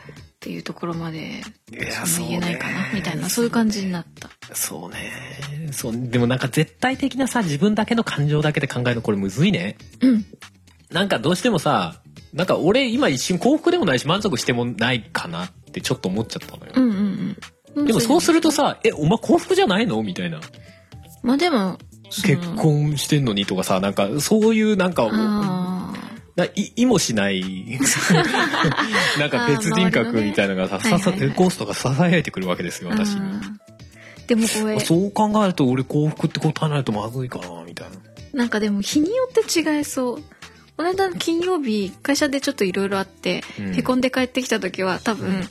ていうところまで
いや
そんな言えないかなみたいなそういう感じになった。
そうね。そう、でもなんか絶対的なさ、自分だけの感情だけで考えるのこれむずいね。
うん
なんかどうしてもさ、なんか俺今一瞬幸福でもないし満足してもないかなってちょっと思っちゃったのよ。
うんうんうん。
でもそうすると
さ、
さ、え、お前幸福じゃないのみたいな。
まあでも、その
結。婚してんのにとかさ、なんかそういうなんか、
あ
ない意もし ない、なんか別人格みたいなのがさ、
あー周りのね
ささ
はいはいはい
ゴーストが囁いてくるわけですよ、
あ。
私に。
うんでもこれ、
そう考えると俺幸福って答えないとまずいかな、みたいな。
なんかでも日によって違いそう。この間の金曜日、会社でちょっといろいろあって、
うん
へこんで帰ってきた時は多分、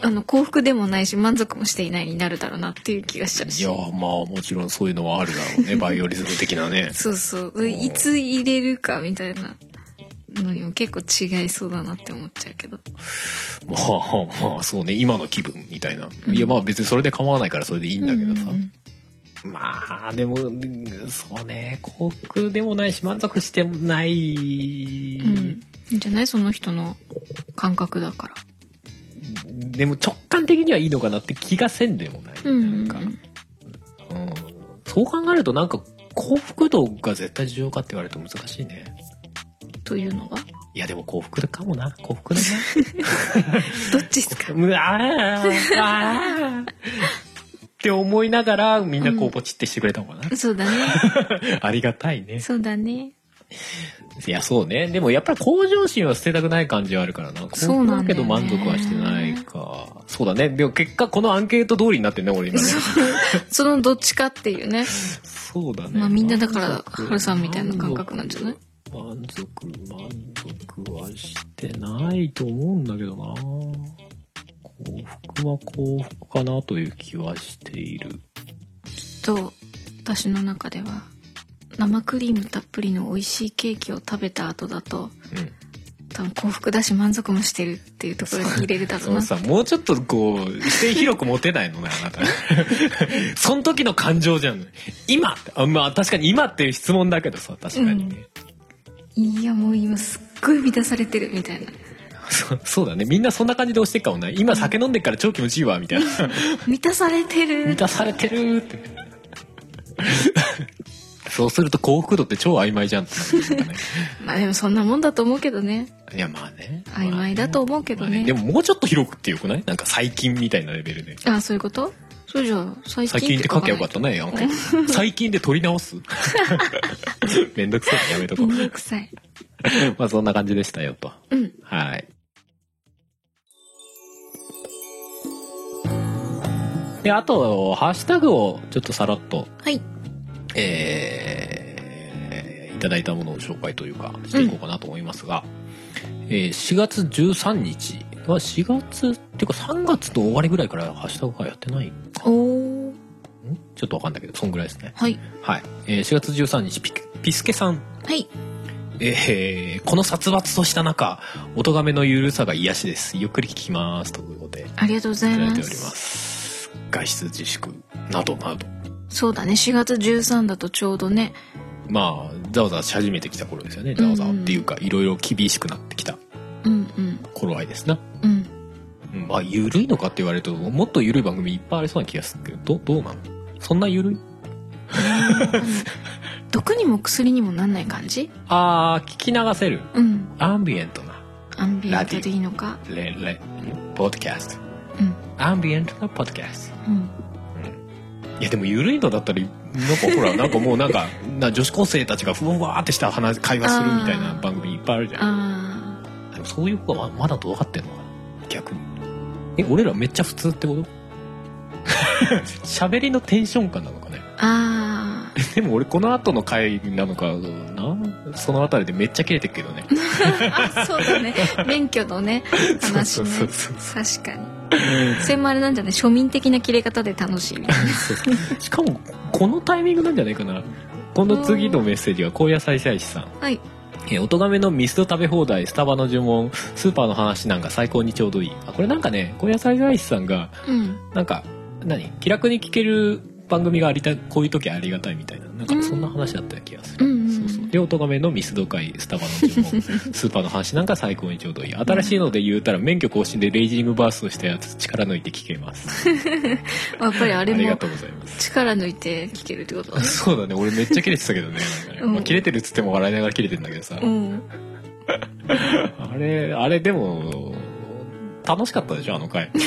あの幸福でもないし満足もしていないになるだろうなっていう気がしちゃう
い
し
やーまあもちろんそういうのはあるだろう ねバイオリズム的なね
そうそういつ入れるかみたいなのにも結構違いそうだなって思っちゃうけど
まあまあそうね今の気分みたいないやまあ別にそれで構わないからそれでいいんだけどさ、
うん
まあでもそうね幸福でもないし満足してもない、
うんうんいいんじゃないその人の感覚だから
でも直感的にはいいのかなって気がせんでもない、
うん
なんか、うん、そう考えるとなんか幸福度が絶対重要かって言われると難しいね
とい うのが
いやでも幸福かもな幸福だ
どっちですか
なうわああって思いながらみんなこうポチってしてくれたの かな、
そうだ ね
ありがたいね
そうだね
いやそうねでもやっぱり向上心は捨てたくない感じはあるからな
そうなんだよね
幸福だけど満足はしてないかそうだねでも結果このアンケート通りになってんね俺今ね
そのどっちかっていうね
そうだね。
まあみんなだから
満足
ハルさんみたいな感覚なんじゃない
満足、満足はしてないと思うんだけどな。幸福は幸福かなという気はしている。
と私の中では生クリームたっぷりの美味しいケーキを食べた後だと
うん。
多分幸福だし満足もしてるっていうところに入れるだ
そ
ろう
の
な
さ、もうちょっとこう、視線広く持てないのね、あなた。 その時の感情じゃん。今あまあ確かに今っていう質問だけどさ、確かにね。
いやもう今すっごい満たされてるみた いな
そそうだね。みんなそんな感じで押してっかもね。今酒飲んでっから超気持ちいいわ、みたいな。
満たされて
満
る
たされてるってそうすると幸福度って超曖昧じゃんってなるんだね
まあでもそんなもんだと思うけどね
いやまあね
曖昧だと思うけどね
まあでももうちょっと広くってよくないなんか最近みたいなレベルで
あそういうことそうじゃあ最
最近
近っ
ってて
書
書
か
きゃよ
な
か
い
った
と
ねなんか最近で取り直 すめんどくさいからやめとこ
め
うん
どくさい
まあそんな感じでしたよと
うん
はい。で、あと、ハッシュタグをちょっとさらっと、
はい
えーいただいたものを紹介というか、していこうかなと思いますが、えー4月13日は4月、っていうか3月の終わりぐらいからハッシュタグがやってないん
おー
ちょっとわかんないけど、そんぐらいですね。
はい
はい。えー4月13日、ピピスケさん
はい
えーこの殺伐とした中、お咎めのゆるさが癒しです。ゆっくり聞きます。ということで、い
ありがとうござ
た
い
だい
ま
てお
す
ります。外出自粛などなど。
そうだね4月13だとちょうどね
まあ、ざわざわし始めてきた頃ですよね。ざわざわっていうか、いろいろ厳しくなってきた
うんうん
頃合いですな。
うん
うんまあ、ゆるいのかって言われると、もっとゆるい番組いっぱいありそうな気がするけど、どどうなのそんなゆるい
毒にも薬にもなんない感じ
あー、聞き流せる。
うん
アンビエントな、
アンビエントでいいのか
レ、レ、ポッドキャスト。
うん
アンビエントなポッドキャスト。
うん
いやでも緩いのだったりなんかほらなんかもうなんか な女子高生たちがふわーってした話会話するみたいな番組いっぱいあるじゃん
あ
でもそういう子はままだどうかってんのかな逆にえ俺らめっちゃ普通ってこと 喋りのテンション感なのかね
ーあー
でも俺この後の回なのかなそのあたりでめっちゃ切れてるけどね
あそうだね免許のね話ね
そうそう
確かにそれもあれなんじゃない庶民的な切れ方で 楽しいみたいな
しかもこのタイミングなんじゃないかなこの次のメッセージは高野菜菜師さん
はい
えー、おとがめのミスド食べ放題、スタバの呪文、スーパーの話なんか最高にちょうどいい。あ、これなんかね、小野菜大師さんが、
うん
なんか、何気楽に聞ける番組がありた、こういう時ありがたいみたいな、なんかそんな話だったような気がす
う
る。
んうん
そうそう。で、おとがめのミスド会、スタバの呪文、スーパーの話なんか最高にちょうどいい。新しいので言うたら、免許更新でレイジングバーストしたやつ、力抜いて聞けます。
やっぱりあ
あ
れ
りが
も
とうございます。
力抜いて聞けるってことだね
そうだね、俺めっちゃ切れてたけどね。
うん
まあ、切れてるっつっても笑いながら切れてんだけどさ。
うん
あれ、あれでも、楽しかったでしょあの回。聞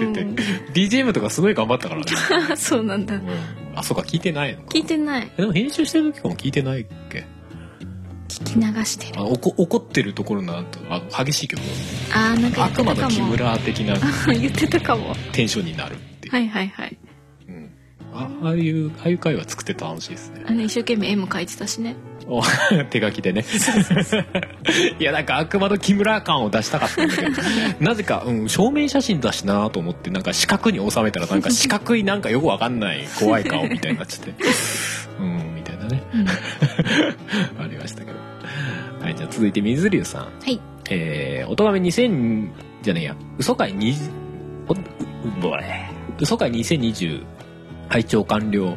いてて。
うん
DGM とかすごい頑張ったからね。
あそうなんだ
うんあ、そうか、聞いてないのか。
聞いてない
でも編集してる時かも聞いてないっけ
聞き流してる
あおこ怒ってるところのあとあの激しい曲
あーなんか
悪
言
魔
ってた
の
か
木
も
村的な
あ 言ってたかも
テンションになるっていう、
はいはいはい
うん、あああいうああいう回は作って楽しいですね
あの一生懸命絵も描いてたしね
お 手書きでね いやなんか悪魔の木村感を出したかったんだけどなぜか、うん、正面写真だしなと思ってなんか四角に収めたらなんか四角いなんかよくわかんない怖い顔みたいになっちゃってうんみたいなね
うん
ありましたけどはいじゃあ続いて水流さん
はい
えー、おとがめ2000じゃねえや嘘会におうぼえ嘘会2020拝聴完了、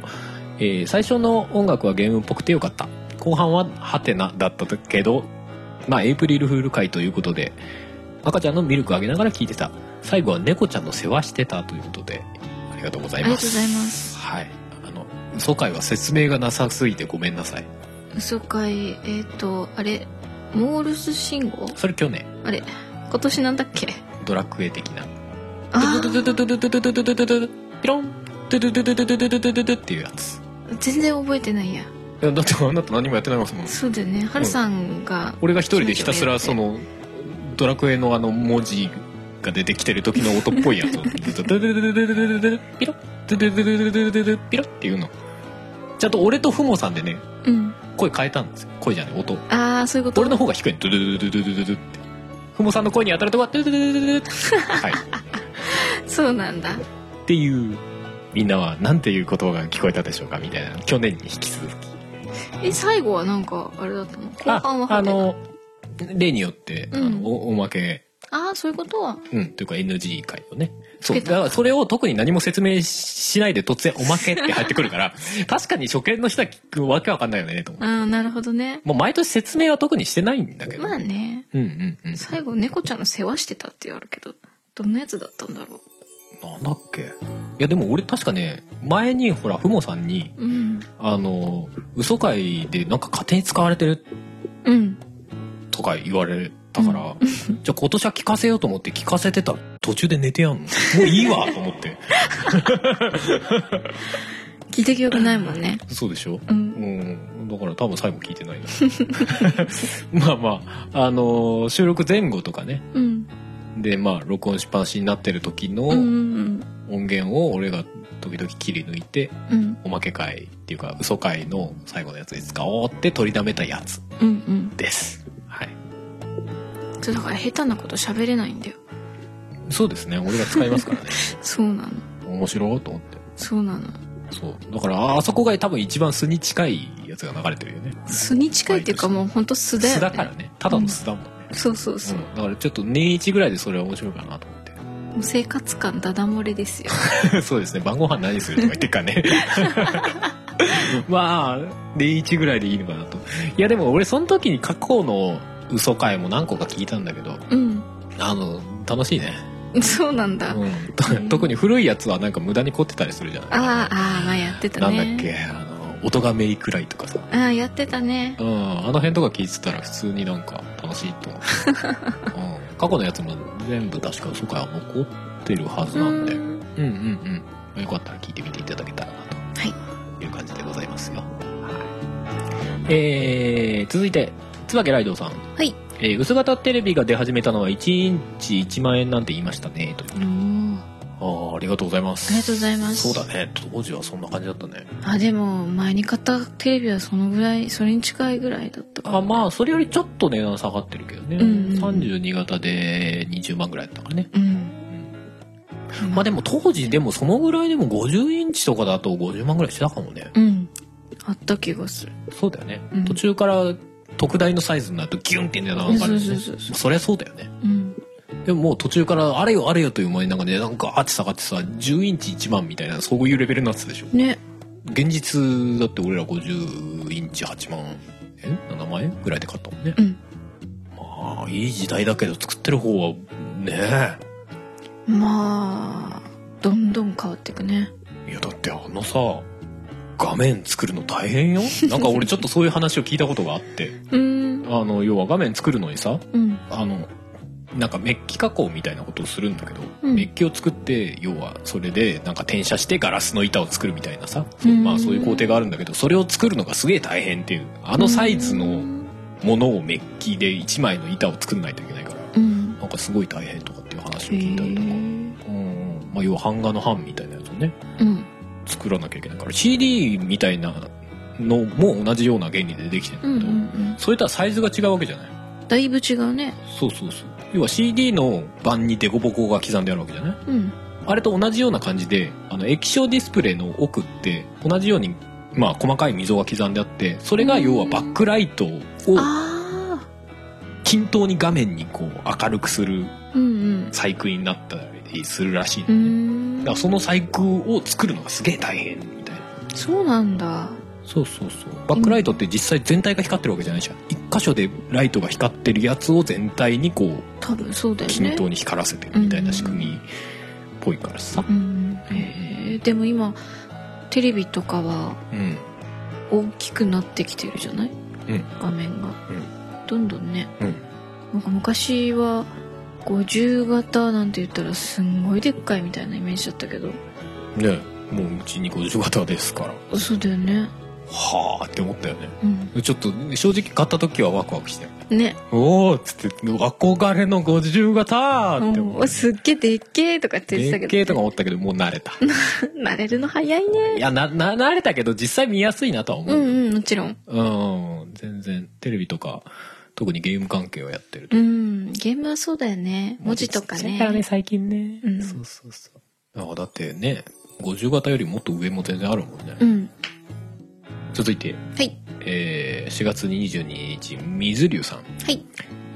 えー最初の音楽はゲームっぽくてよかった後半はハテナだったけどまあエイプリルフール会ということで赤ちゃんのミルクあげながら聞いてた最後は猫ちゃんの世話してたということでありがとうござ
あ
い
りが
ま
とう
す
ございます
はいあの嘘会は説明がなさすぎてごめんなさい
嘘会えっ、とあれモールス信号
それ去年
あれ今年なんだっけ
ドラクエ的な
あ
ドゥド
ー
ゥドゥドゥドゥドゥドゥドゥドゥドゥピロンドゥドゥドゥドゥドゥドゥドゥドゥドゥっていうやつ
全然覚えてないや
だってあなた何もやってないもんもん
そうだよねハルさんが、
俺が一人でひたすらそのドラクエのあの文字が出てきてる時の音っぽいやつをドゥドゥドゥドゥドゥドゥドゥドゥピロンドゥドゥドゥドゥドゥドゥドゥピロンっていうのちゃんと俺とフモさんでね
うん
声変えたんですよ声じゃない音
ああそういうこと
俺の方が低いのドゥドゥドゥドゥドゥドゥってフモさんの声に当たるとこはドゥドゥドゥドゥドゥはい
そうなんだ
っていうみんなはなんていう言葉が聞こえたでしょうかみたいな去年に引き続き
え最後はなんかあれだったの後半は
あ
ハ
あ
テナ
の例によって、あ
うん
のおおまけ、
ああそういうことは
うん、というか NG 回をね
つ
そう
け
だ
た
からそれを特に何も説明しないで突然「おまけ」って入ってくるから 確かに初見の人は聞くわけわかんないよねと思う
ああなるほどね
もう毎年説明は特にしてないんだけど、
まあね
うんうんうん
最後猫ちゃんの世話してたって言われるけどどんなやつだったんだろ
なんだっけいやでも俺確かね前にほらふもさんに
ううん
あの嘘会でなんか勝手に使われてる
うん
とか言われたから、 じゃあ今年は聞かせようと思って聞かせてたら途中で寝てやんのもういいわと思って
聞いた記憶ないもんね
そうでしょ
う
うんんだから多分最後聞いてないな まあまああのー収録前後とかね
うん
でまあ録音しっぱなしになってる時の
うんう
音
ん
源を俺が時々切り抜いて
うん
おまけ会っていうか嘘会の最後のやつに使おうって取りだめたやつ
うんうん
ですはい
そうだから下手なこと喋れないんだよ
そうですね俺が使います からね
そうなの
面白いと思って
そうなの
そうだからああそこが多分一番素に近いやつが流れてるよね
素に近いっていうかもうほんと素だよ、
素
ね、
だからねただの素だもんね、
そうそう
う
そう、
ん、だからちょっと年一ぐらいでそれは面白いかなと思って
もう生活感ダダ漏れですよ
そうですね晩ご飯何するとか言ってっからねまあ年一ぐらいでいいのかなといやでも俺その時に過去の嘘回も何個か聞いたんだけど
うん
あの楽しいね、
そうなんだ、あ
うんと、特に古いやつはなんか無駄に凝ってたりするじゃない
あああまあやってた
なん
ね
だっけあの「音がめいくらい」とかさ
ああやってたね
うん、あの辺とか聞いてたら普通になんか楽しいと思 う、うん、過去のやつも全部確か嘘か残ってるはずなんで、
う
うん、
ん
うんうんよかったら聞いてみていただけたらなという感じでございますよ、はい、えー、続いて椿ライドウさん、
はい
えー薄型テレビが出始めたのは1インチ1万円なんて言いましたねという
おー
あーありがとうございます
ありがとうございます
そうだね当時はそんな感じだったね
あでも前に買ったテレビはそのぐらいそれに近いぐらいだったか
あまあそれよりちょっと値段下がってるけどね、
うん
32型で20万ぐらいだったからね、
うん
まあでも当時でもそのぐらいでも50インチとかだと50万ぐらいしてたかもね
うんあった気がする
そうだよね、
うん
途中から特大のサイズになるとギュンって値段上がるよね
そうそうそうそう
そりゃそうだよね
うん
でももう途中からあれよあれよという間になんかねなんかあって下がってさ10インチ1万みたいなそういうレベルになってたでしょ
ね
現実だって俺ら50インチ8万円7万円ぐらいで買ったもんね
うん
まあいい時代だけど作ってる方はね
まあどんどん変わっていくね
えいやだってあのさ画面作るの大変 よなんか俺ちょっとそういう話を聞いたことがあって
うん
あの要は画面作るのにさ
うん
あのなんかメッキ加工みたいなことをするんだけど、
うん
メッキを作って要はそれでなんか転写してガラスの板を作るみたいなさ、
うん
まあそういう工程があるんだけどそれを作るのがすげえ大変っていうあのサイズ
う
の
ん
ものをメッキで1枚の板を作んないといけないから
うん
なんかすごい大変とかっていう話を
へ
聞いたりとか、
え
うんうんまあ、要は版画の版みたいなやつをね
うん
作らなきゃいけないから CD みたいなのも同じような原理でできてるんだ
うんう
け
んう
ど、
ん
それとはサイズが違うわけじゃない
だいぶ違うね
そうそうそう要は CD の盤にデコボコが刻んであるわけじゃない
うん
あれと同じような感じであの液晶ディスプレイの奥って同じようにまあ細かい溝が刻んであってそれが要はバックライトを
あ
均等に画面にこう明るくする
あうんうん
細工になったりするらしいの
う
ね、
ーん
だからその細工を作るのがすげえ大変みたいな
そうなんだ
そうそうそうバックライトって実際全体が光ってるわけじゃないじゃん一箇所でライトが光ってるやつを全体にこう
多分そうだよ
均
ね
等に光らせてるみたいな仕組みっぽいからさ
うんへえでも今テレビとかは
うん
大きくなってきてるじゃない、
うん
画面が、
うん
どんどんね、
うん
なんか昔は50型なんて言ったらすんごいでっかいみたいなイメージだったけど
ねえもううちに50型ですから
そうだよね
はあって思ったよね
うん
ちょっと正直買った時はワクワクして
ね
おおっつって憧れの50型って思
おすっげえでっけえとかって言って
で
たけ
っ
ど、
けえとか思ったけどもう慣れた
慣れるの早いね
いやなな慣れたけど実際見やすいなとは思
う
うん
うんもちろん
うん全然テレビとか特にゲーム関係をやってると
うんゲームはそうだよね文字とか
ちっちゃ
ね
いからね最近ね、
うん
そうそうそうだからだってね50型よりもっと上も全然あるもんね、
うん
続いて、
はい
えー4月22日水流さん、
はい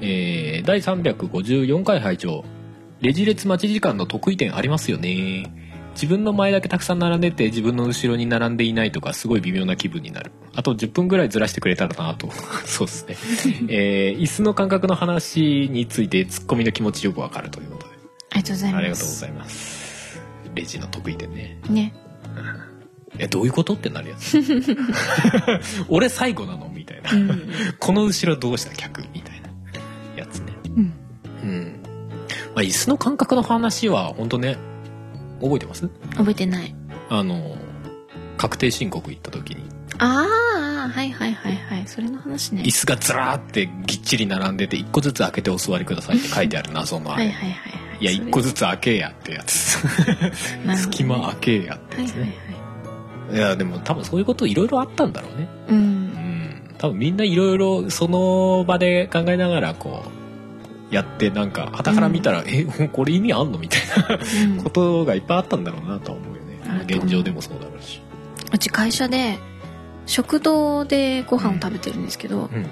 えー第354回拝聴レジ列待ち時間の得意点ありますよね自分の前だけたくさん並んでて自分の後ろに並んでいないとかすごい微妙な気分になるあと10分ぐらいずらしてくれたらなと そうですね、えー椅子の感覚の話についてツッコミの気持ちよくわかるということで
ありがとうございます
ありがとうございますレジの得意点ね
ね
えどういうことってなるやつ 俺最後なのみたいな、
うん
この後ろどうした客みたいなやつね
うん
うんまあ椅子の感覚の話は本当ね覚えてます
覚えてない
あの確定申告行った時に
ああはいはいはいはいそれの話ね
椅子がずらーってぎっちり並んでて1個ずつ開けてお座りくださいって書いてある謎のあ
は
れ、
い
い
はいはいはい
や
それ
1個ずつ開けやってやつ
なるほどね
隙間開けやって
は
や
い
つ
はいはい
ね、いやでも多分そういうこといろいろあったんだろうね
う
うんん多分みんないろいろその場で考えながらこうやってなんか傍から見たら、えこれ意味あんのみたいな
うん
ことがいっぱいあったんだろうなとは思うよね
あると思う
現状でもそうだろうし
うち会社で食堂でご飯を食べてるんですけど
うんうん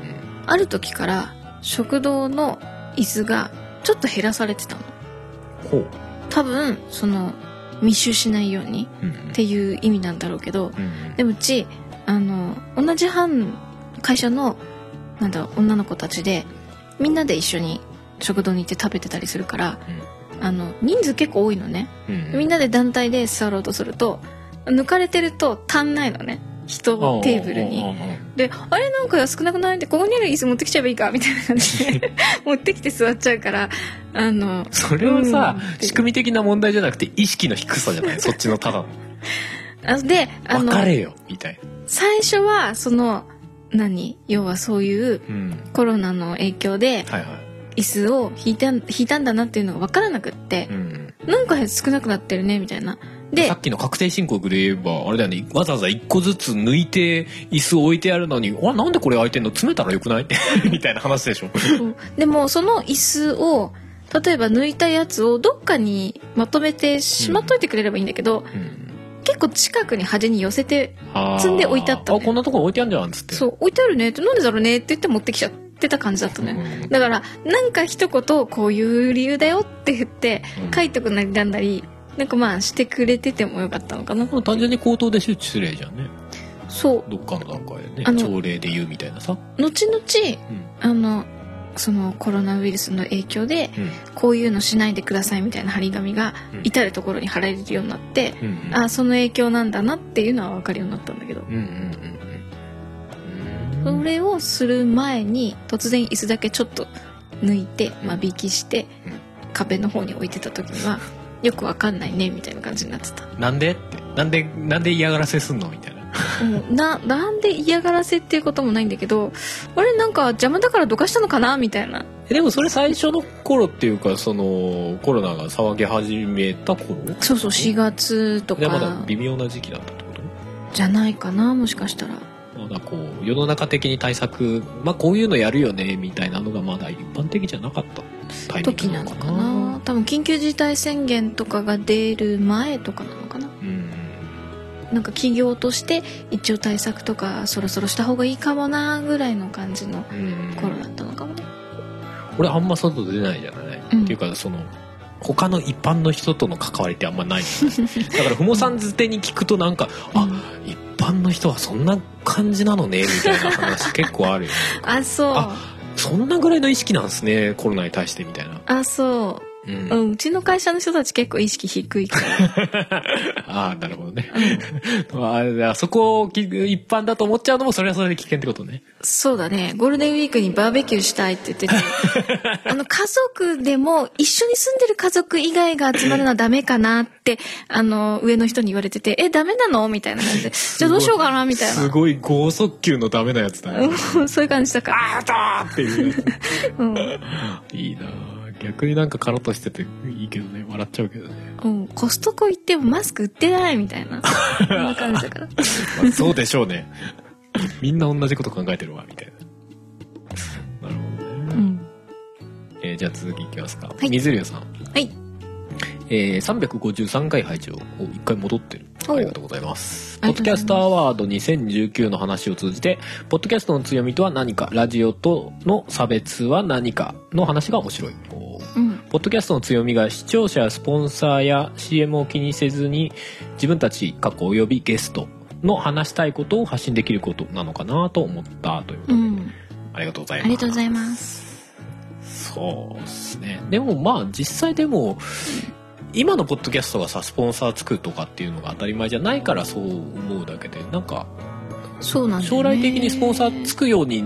ある時から食堂の椅子がちょっと減らされてたの
ほう
多分その密集しないように
うん
っていう意味なんだろうけど
うん
でもうちあの同じ班会社のなんだろう女の子たちでみんなで一緒に食堂に行って食べてたりするから、あの人数結構多いのね、
うん
みんなで団体で座ろうとすると抜かれてると足んないのね人
おうおうおうおう
テーブルに。で「あれなんか少なくない?」って「ここにある椅子持ってきちゃえばいいか」みたいな感じで 持ってきて座っちゃうからあの
それはさ、
うん
仕組み的な問題じゃなくて意識の低さじゃ ないそっちのただの
あであ
分
の
かれよみたいな
最初はその何要はそういう
うん
コロナの影響で
はいはい
椅子を引いた引いたんだなっていうのが分からなくって
う、ん
なんか少なくなってるねみたいなで
さっきの確定申告で言えばあれだよねわざわざ1個ずつ抜いて椅子置いてあるのに「あなんでこれ空いてんの詰めたらよくない? 」 みたいな話でしょ。
そうでもその椅子を例えば抜いたやつをどっかにまとめてしまっといてくれればいいんだけど、結構近くに端に寄せて
あー
積んで置いてあったね
あこんなとこ置いてあるじゃんっつって。
そう置いてあるねってなんでだろうねって言って持ってきちゃってた感じだったのよ、
うん
だからなんか一言こういう理由だよって言って
うん
書いとくなりなんだりなんかまあしてくれててもよかったのかな
まあ単純に口頭で周知すりゃいいじゃんね
そう
どっかの段階でね
あの
朝礼で言うみたいなさ、
後
う
々
ん
あのそのコロナウイルスの影響で
うん
こういうのしないでくださいみたいな張り紙が
うん
至る所に貼られるようになって、
うんうん、
あその影響なんだなっていうのは分かるようになったんだけど、
うんうんうんうん
それをする前に突然椅子だけちょっと抜いて
ん
間引きして、
うん
壁の方に置いてた時にはよく分かんないねみたいな感じになってた。
なんでってなんでなんで嫌がらせすんのみたいな
うんななんで嫌がらせっていうこともないんだけどあれなんか邪魔だからどかしたのかなみたいな
えでもそれ最初の頃っていうかそのコロナが騒ぎ始めた頃
そうそう4月と
でまだ
か
微妙な時期だったってこと
じゃないかなもしかしたら
あまだこう世の中的に対策、まあ、こういうのやるよねみたいなのがまだ一般的じゃなかったタイミ
時
ングな
なの
の
か
か
な
な。
多分緊急事態宣言とかが出る前とかなのかな
うん
なんか企業として一応対策とかそろそろした方がいいかもなぐらいの感じの
うん
頃だったのかもね
俺あんま外出ないじゃない、
うん
っていうかその他の一般の人との関わりってあんまないじゃない だからふもさんづてに聞くとなんか、
う
あ一般の人はそんな感じなのねみたいな話結構あるよね
あそうあ
あそんなぐらいの意識なんですねコロナに対してみたいな、
そうう、
ん
うん、うちの会社の人たち結構意識低いから
ああなるほどね あーあそこをき一般だと思っちゃうのもそれはそれで危険ってことね
そうだね。ゴールデンウィークにバーベキューしたいって言って て。あの、家族でも、一緒に住んでる家族以外が集まるのはダメかなって、あの、上の人に言われてて、え、ダメなのみたいな感じで。じゃあどうしようかなみたい
すごい剛速球のダメなやつだよ、
な。そういう感じだから。
あーたーっていう やつ
うん。
いいなあ逆になんかカラッとしてていいけどね笑っちゃうけどね、
うんコストコ行ってもマスク売ってないみたいな。そんな感じ だから。
まあそうでしょうね みんな同じこと考えてるわみたいななるほど
う
ね、
ん。
えーじゃあ続きいきますか、
い
水流さん、
はい。
えー、353回配置をお一回戻ってる
お
ありがとうございます
あ
ポ
り
ッ
がと
ド
うござい
キ
ま
ャ
す
ストアワード2019の話を通じてポッドキャストの強みとは何かラジオとの差別は何かの話が面白いおー
うん。
ポッドキャストの強みが視聴者やスポンサーや CM を気にせずに自分たち過去およびゲストの話したいことを発信できることなのかなと思ったということ
う
で、
ん。
ありがとうござい
あ
ます
りがとうございます。
そうですねでもまあ実際でも今のポッドキャストがさスポンサーつくとかっていうのが当たり前じゃないからそう思うだけでなんか
そうなんだよね
将来的にスポンサーつくように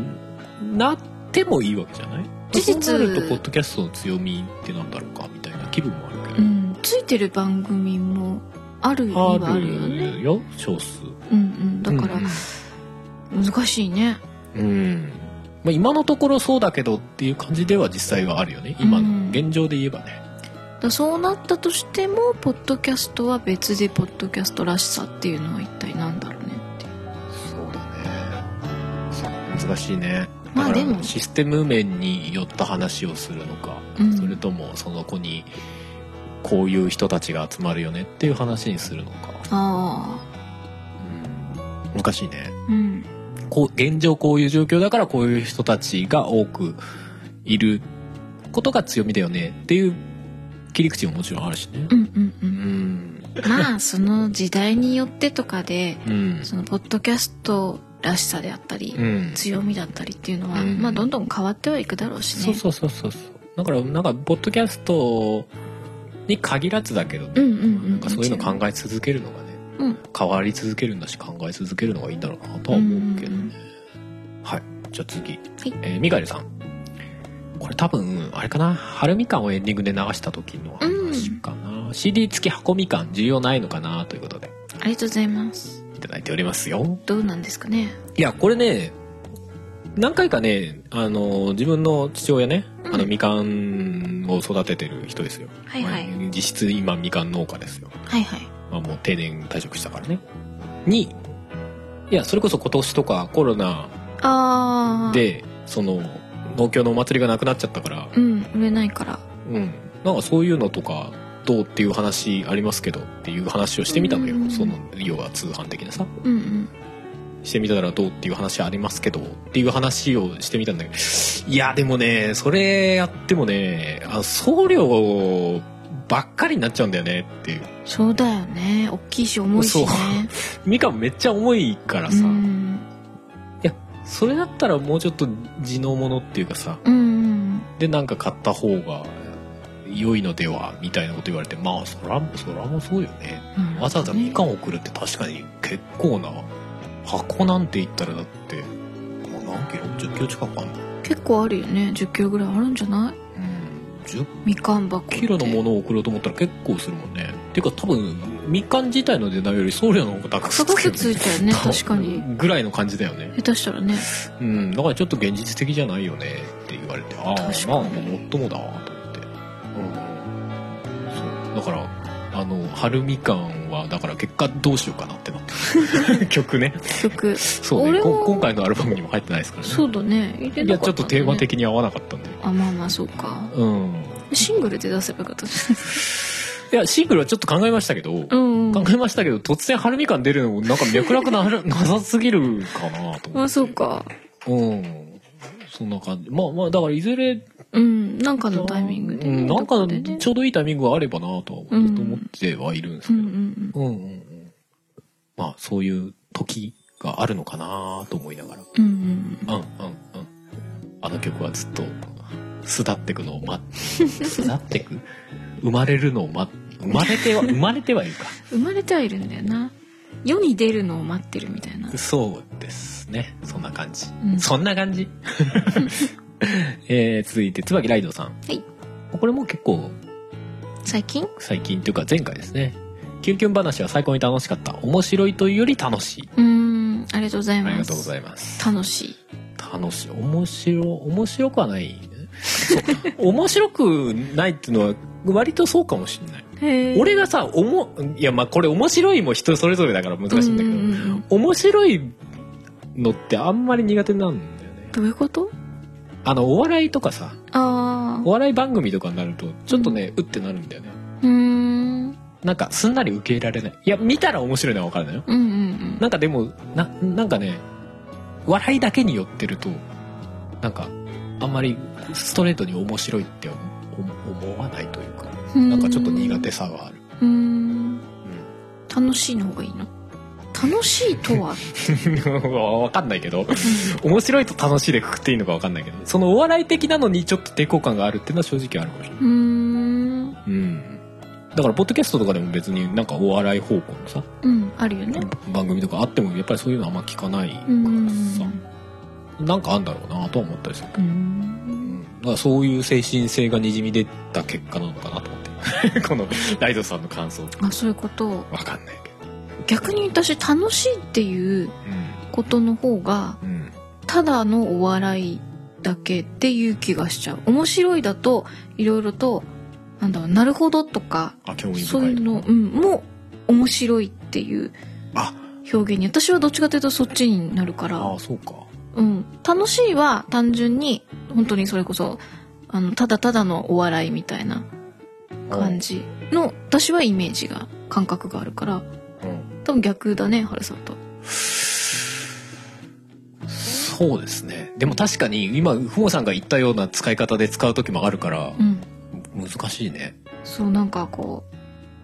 なってもいいわけじゃない
事実
そうなるとポッドキャストの強みってなんだろうかみたいな気分もあるけど、
うん。ついてる番組も、あるにはあ
あ
るよね。
るよ少数
うんうん。だから、難しいね
うん、うんまあ、今のところそうだけどっていう感じでは実際はあるよね今
うん
の現状で言えばね、
だからそうなったとしてもポッドキャストは別でポッドキャストらしさっていうのは一体なんだろうねっていう
そうだね難しいねだ
まあ
か
でも
らシステム面によった話をするのか、
うん
それともその子にこういう人たちが集まるよねっていう話にするのか、
あ
うん、難しいね
あうん
こう現状こういう状況だからこういう人たちが多くいることが強みだよねっていう切り口ももちろんあるしね
う。んうん
う
う
んん。
まあその時代によってとかで
うん。
そのポッドキャストらしさであったり、
うん。
強みだったりっていうのは、
うん
まあどんどん変わってはいくだろうしね
そうそうそうそうそう。だからなんかポッドキャストに限らずだけどね、
うんうんうん
なんかそういうの考え続けるのがね、
うん
変わり続けるんだし考え続けるのがいいんだろうなとは思うけどね。
うんうん
はい。じゃあ次。えーミガエルさん。これ多分、あれかな。春みかんをエンディングで流した時の話かな。CD 付き箱みかん需要ないのかなということで
ありがとうございます
いただいておりますよ。
どうなんですかね
いや、これね、何回かね、あの、自分の父親ね、
うん
あの、みかんを育ててる人ですよ。
はいはい
まあ実質今みかん農家ですよ。
はいはい
まあもう定年退職したからね。に、いや、それこそ今年とかコロナ
ああ
で、その、農協のお祭りがなくなっちゃったから、
うん売れないから
うん、なんかそういうのとかどうっていう話ありますけどっていう話をしてみたのよ、
うん
その要は通販的なさ
うんうん
してみたらどうっていう話ありますけどっていう話をしてみたんだけどいやでもねそれやってもねあ送料ばっかりになっちゃうんだよねっていう
そうだよね大きいし重いしね
みかんめっちゃ重いからさ、
うん
それだったらもうちょっと地のものっていうかさ
うんうん
でなんか買った方が良いのではみたいなこと言われてまあそらそらもそうよね
うん
わざわざみかんを送るって確かに結構な箱なんて言ったらだってもう何キロ10キロ近くあんの
結構あるよね1 0キロぐらいあるんじゃない
うん10
みかん箱って
キロのものを送ろうと思ったら結構するもんねっていうか多分みかん自体の値段より送料の方が高くつ
高
く
く
よ
つい
ね
たよね確かに
ぐらいの感じだよね
下手したらね
うんだからちょっと現実的じゃないよねって言われてああ
確か
まあ
に
もっともだわと思ってうんそうだからあの春みかんをんはだから結果どうしようかなってなって 曲ね
曲
そうね
俺
こ
も
今回のアルバムにも入ってないですからね
そうだね入れ
いや
な
ちょ
かっ
っと
たんだね
テーマ的に合わなかったんで
あまあまあそうか
うん
シングルで出せばよか ったじ
いやシングルはちょっと考えましたけど、
ゃんうん、う
考
ん、
えましたけど突然春みかん出るのもなんか脈絡な なさすぎるかなと思
ま
っ
あそうか
てうんそんな感じまあまあだからいずれ
うんなんかのタイミングで
う
ね、
ん、なんか
どでね
ちょうどいいタイミングがあればなとは思,、
うん
思ってはいるんです
う
け
ん
ど、
うんうん
うんうんうんまあそういう時があるのかなと思いながら
うんうん
うんうんうんあの曲はずっと巣立ってくのを待っ 巣立ってく生まれるのを待っ生まれて は生まれてはいるか
生まれてはいるんだよな世に出るのを待ってるみたいな
そうですねそんな感じ、
うん
そんな 感じ えー続いて椿ライドさん
はい
これも結構
最近
最近というか前回ですね「キュンキュン話は最高に楽しかった面白いというより楽しい」
うんありがとうござい
あ
ます
りがとうございます
楽しい
楽しい面白面白くはないねそう面白くないっていうのは割とそうかもしれない
へー
俺がさおもいやまあこれ面白いも人それぞれだから難しいんだけど、
うううん
面白いのってあんまり苦手なんだよね
どういうこと
あのお笑いとかさ
あ
お笑い番組とかになるとちょっとね、うってなるんだよね
あうーん
なんかすんなり受け入れられないいや見たら面白いのは分かるのよ
うんうん
なんかでもななんかね笑いだけに寄ってるとなんかあんまりストレートに面白いって思思わないというか
うん
なんかちょっと苦手さがある、
うーん楽しいの方がいいの楽しいとは
うん、 分かんないけど面白いと楽しいでくくっていいのか分かんないけどそのお笑い的なのにちょっと抵抗感があるっていうのは正直あるかもしれないう
ーん
うんだからポッドキャストとかでも別になんかお笑い方向のさ
うんあるよね
番組とかあってもやっぱりそういうのはあんま聞かないから
うーん
さなんかあんだろうなとは思ったりするけ
うー
ど、うんん、だからそういう精神性がにじみ出た結果なのかなと思って このライドさんの感想
あそういうこと
わかんないけど
逆に私楽しいっていうことの方が
うんうん
ただのお笑いだけっていう気がしちゃう面白いだといろいろとなんだろうなるほどとか
あ興味
そう
深
い
いう
の、うん、も面白いっていう
あ
表現に私はどっちかというとそっちになるから
あ、あそうか
うん、楽しいは単純に本当にそれこそあのただただのお笑いみたいな感じの私はイメージが感覚があるから
うん
多分逆だね春さんと。
そうですねでも確かに今ふもさんが言ったような使い方で使う時もあるから
う、ん、
難しいね
そうなんかこう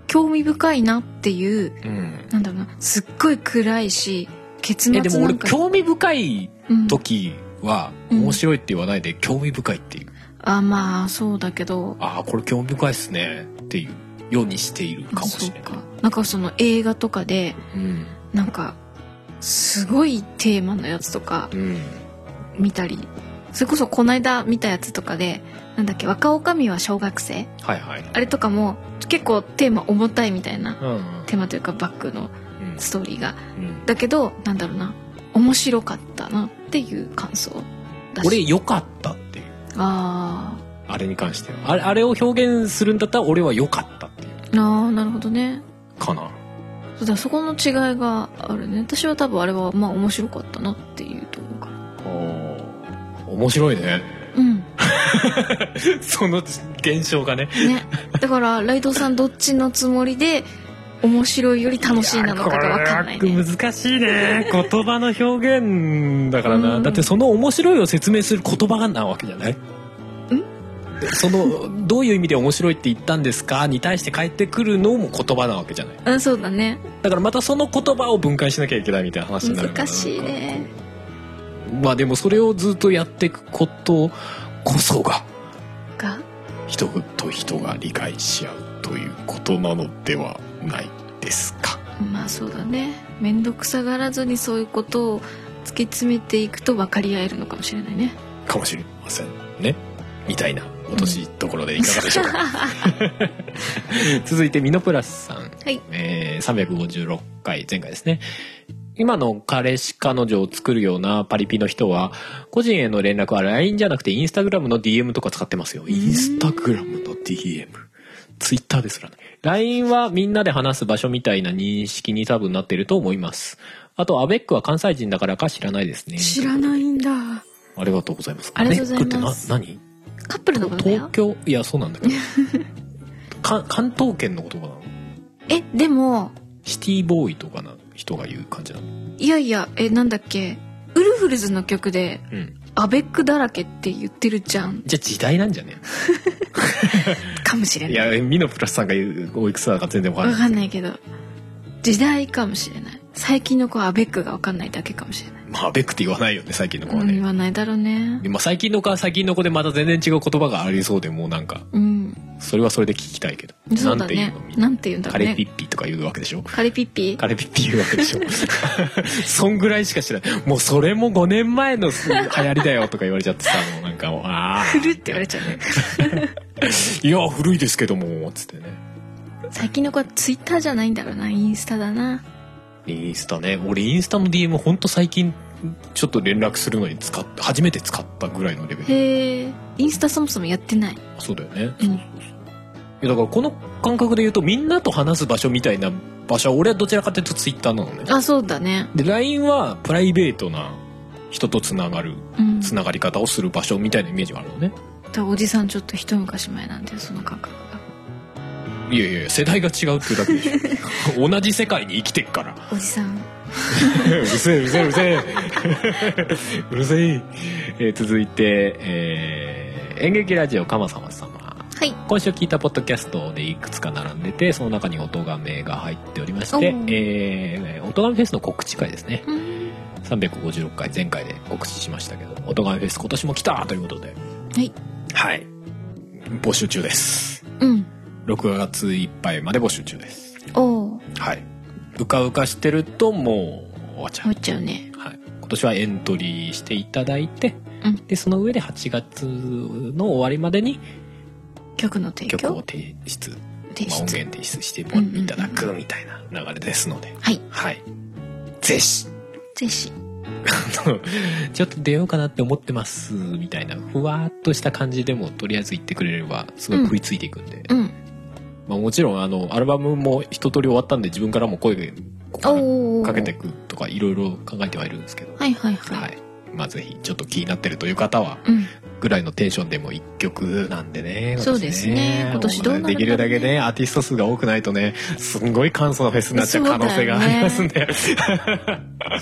興味深いなっていう
うん
なんだろうなすっごい暗いし結末
えでも
な
俺
んか
興味深い
うん
時は
うん
面白いって言わないで興味深いっていう、
あまあそうだけど
ああこれ興味深いっすねっていうようにしているかもしれない
そうかなんかその映画とかで
うん
なんかすごいテーマのやつとか
うん
見たりそれこそこの間見たやつとかでなんだっけ若女将は小学生
はいはい
あれとかも結構テーマ重たいみたいな
うんうん
テーマというかバックの
うん
ストーリーが
うん
だけどなんだろうな面白かったなっていう感想だし
俺良かったっていう
あー
あれに関してはあれあれを表現するんだったら俺は良かったっていう
あーなるほどね
かな
そうだからそこの違いがあるね私は多分あれはまあ面白かったなっていうと思うから
面白いね
うん
その現象がね
ね、だからライドさんどっちのつもりで面白いより楽しいなのかが分かんない
や
ね
これは難しいね言葉の表現だからな、
うん
だってその面白いを説明する言葉がなわけじゃないんそのどういう意味で面白いって言ったんですかに対して返ってくるのも言葉なわけじゃない
うんそうだね
だからまたその言葉を分解しなきゃいけないみたいな話になるから
難しいね
まあでもそれをずっとやっていくことこそが
が
人と人が理解し合うということなのではないですか
まあそうだね面倒くさがらずにそういうことを突き詰めていくと分かり合えるのかもしれないね
かもしれませんねみたいな落としどころでいかがでしょ うか、続いてミノプラスさん、
はい
えー356回前回ですね今の彼氏彼女を作るようなパリピの人は個人への連絡は LINE じゃなくて Instagram の DM とか使ってますよ Instagram の DM ツイッターですらね。LINE はみんなで話す場所みたいな認識に多分なってると思います。あと、アベックは関西人だからか知らないですね。
知らないんだ
ありがとうございます。
ありがとうございます
アベックってな、何
カップルのことだよ
東京、いや、そうなんだ けど。か関東圏の言葉なの
えでも
シティボーイとかな人が言う感じなの
いやいやえなんだっけウルフルズの曲で
うん。
「アベックだらけ」って言ってるじゃん
じゃあ時代なんじゃね
かもしれ
い
ない
や、ミノプラスさんが言う、おいくつだか全然わかん ない。
わかんないけど時代かもしれない最近の子はアベックがわかんないだけかもしれない
まあ、アベックって言わないよね、最近の子は
うん
ね。
言わないだろうね
でまあ、最近の子は最近の子でまた全然違う言葉がありそうでもうなんか
うん
それはそれで聞きたいけど、
そう
な
だ
んて言う
ね
のみんな
なんて言うんだ
カ
ろう
レーピ
ね
ッピーとか言うわけでしょ
カレピッピ
カレーピッピー言うわけでしょ そんぐらいしか知らないもうそれも5年前の流行りだよとか言われちゃってさもうなんかもうあ あ
古って言われちゃうね
いや古いですけどもつってね
最近の子はツイッターじゃないんだろうなインスタだな
インスタね俺インスタの DM ほんと最近ちょっと連絡するのに使って初めて使ったぐらいのレベル
へえインスタそもそもやってない
そうだよね
うん
いやだからこの感覚で言うとみんなと話す場所みたいな場所は俺はどちらかというとツイッターなのね
あそうだね
で LINE はプライベートな人とつながる
うん
つながり方をする場所みたいなイメージがあるのね
だからおじさんちょっと一昔前なんだよその感覚が
いやいやいや世代が違うっていうだけでし ょ同じ世界に生きてっから
おじさん
うるせえうるせえうるせえうるせえ、えー続いて、えー演劇ラジオ鎌様様
はい
今週聞いたポッドキャストでいくつか並んでてその中に音がめが入っておりまし
お
て
ー
えー、音がめフェスの告知会ですね
うん、
356回前回で告知しましたけど音がめフェス今年も来たということではいはい、募集中です
うん
6月いっぱいまで募集中です
おお
はいうかうかしてるともう終わっちゃう
思っちゃうね
はい、今年はエントリーしていただいて、
うん
でその上で8月の終わりまでに
曲の提
曲を
供
提出
提
まあ、音
出
源提出して
うんうんうん
いただくみたいな流れですので、
はい
はいぜひ
ぜひ
ちょっと出ようかなって思ってますみたいなふわーっとした感じでもとりあえず言ってくれればすごい食いついていくんで、
うん
まあ、もちろんあのアルバムも一通り終わったんで自分からも声を
おお
かけていくとかいろいろ考えてはいるんですけど、
はいはいはい、
はいまあ、ぜひちょっと気になってるという方は
うん
ぐらいのテンションでも一曲なんでね。
そうですね今年どうなるかね
できるだけね、アーティスト数が多くないとね、すんごい簡素なフェスになっちゃう可能性がありますんで、
そ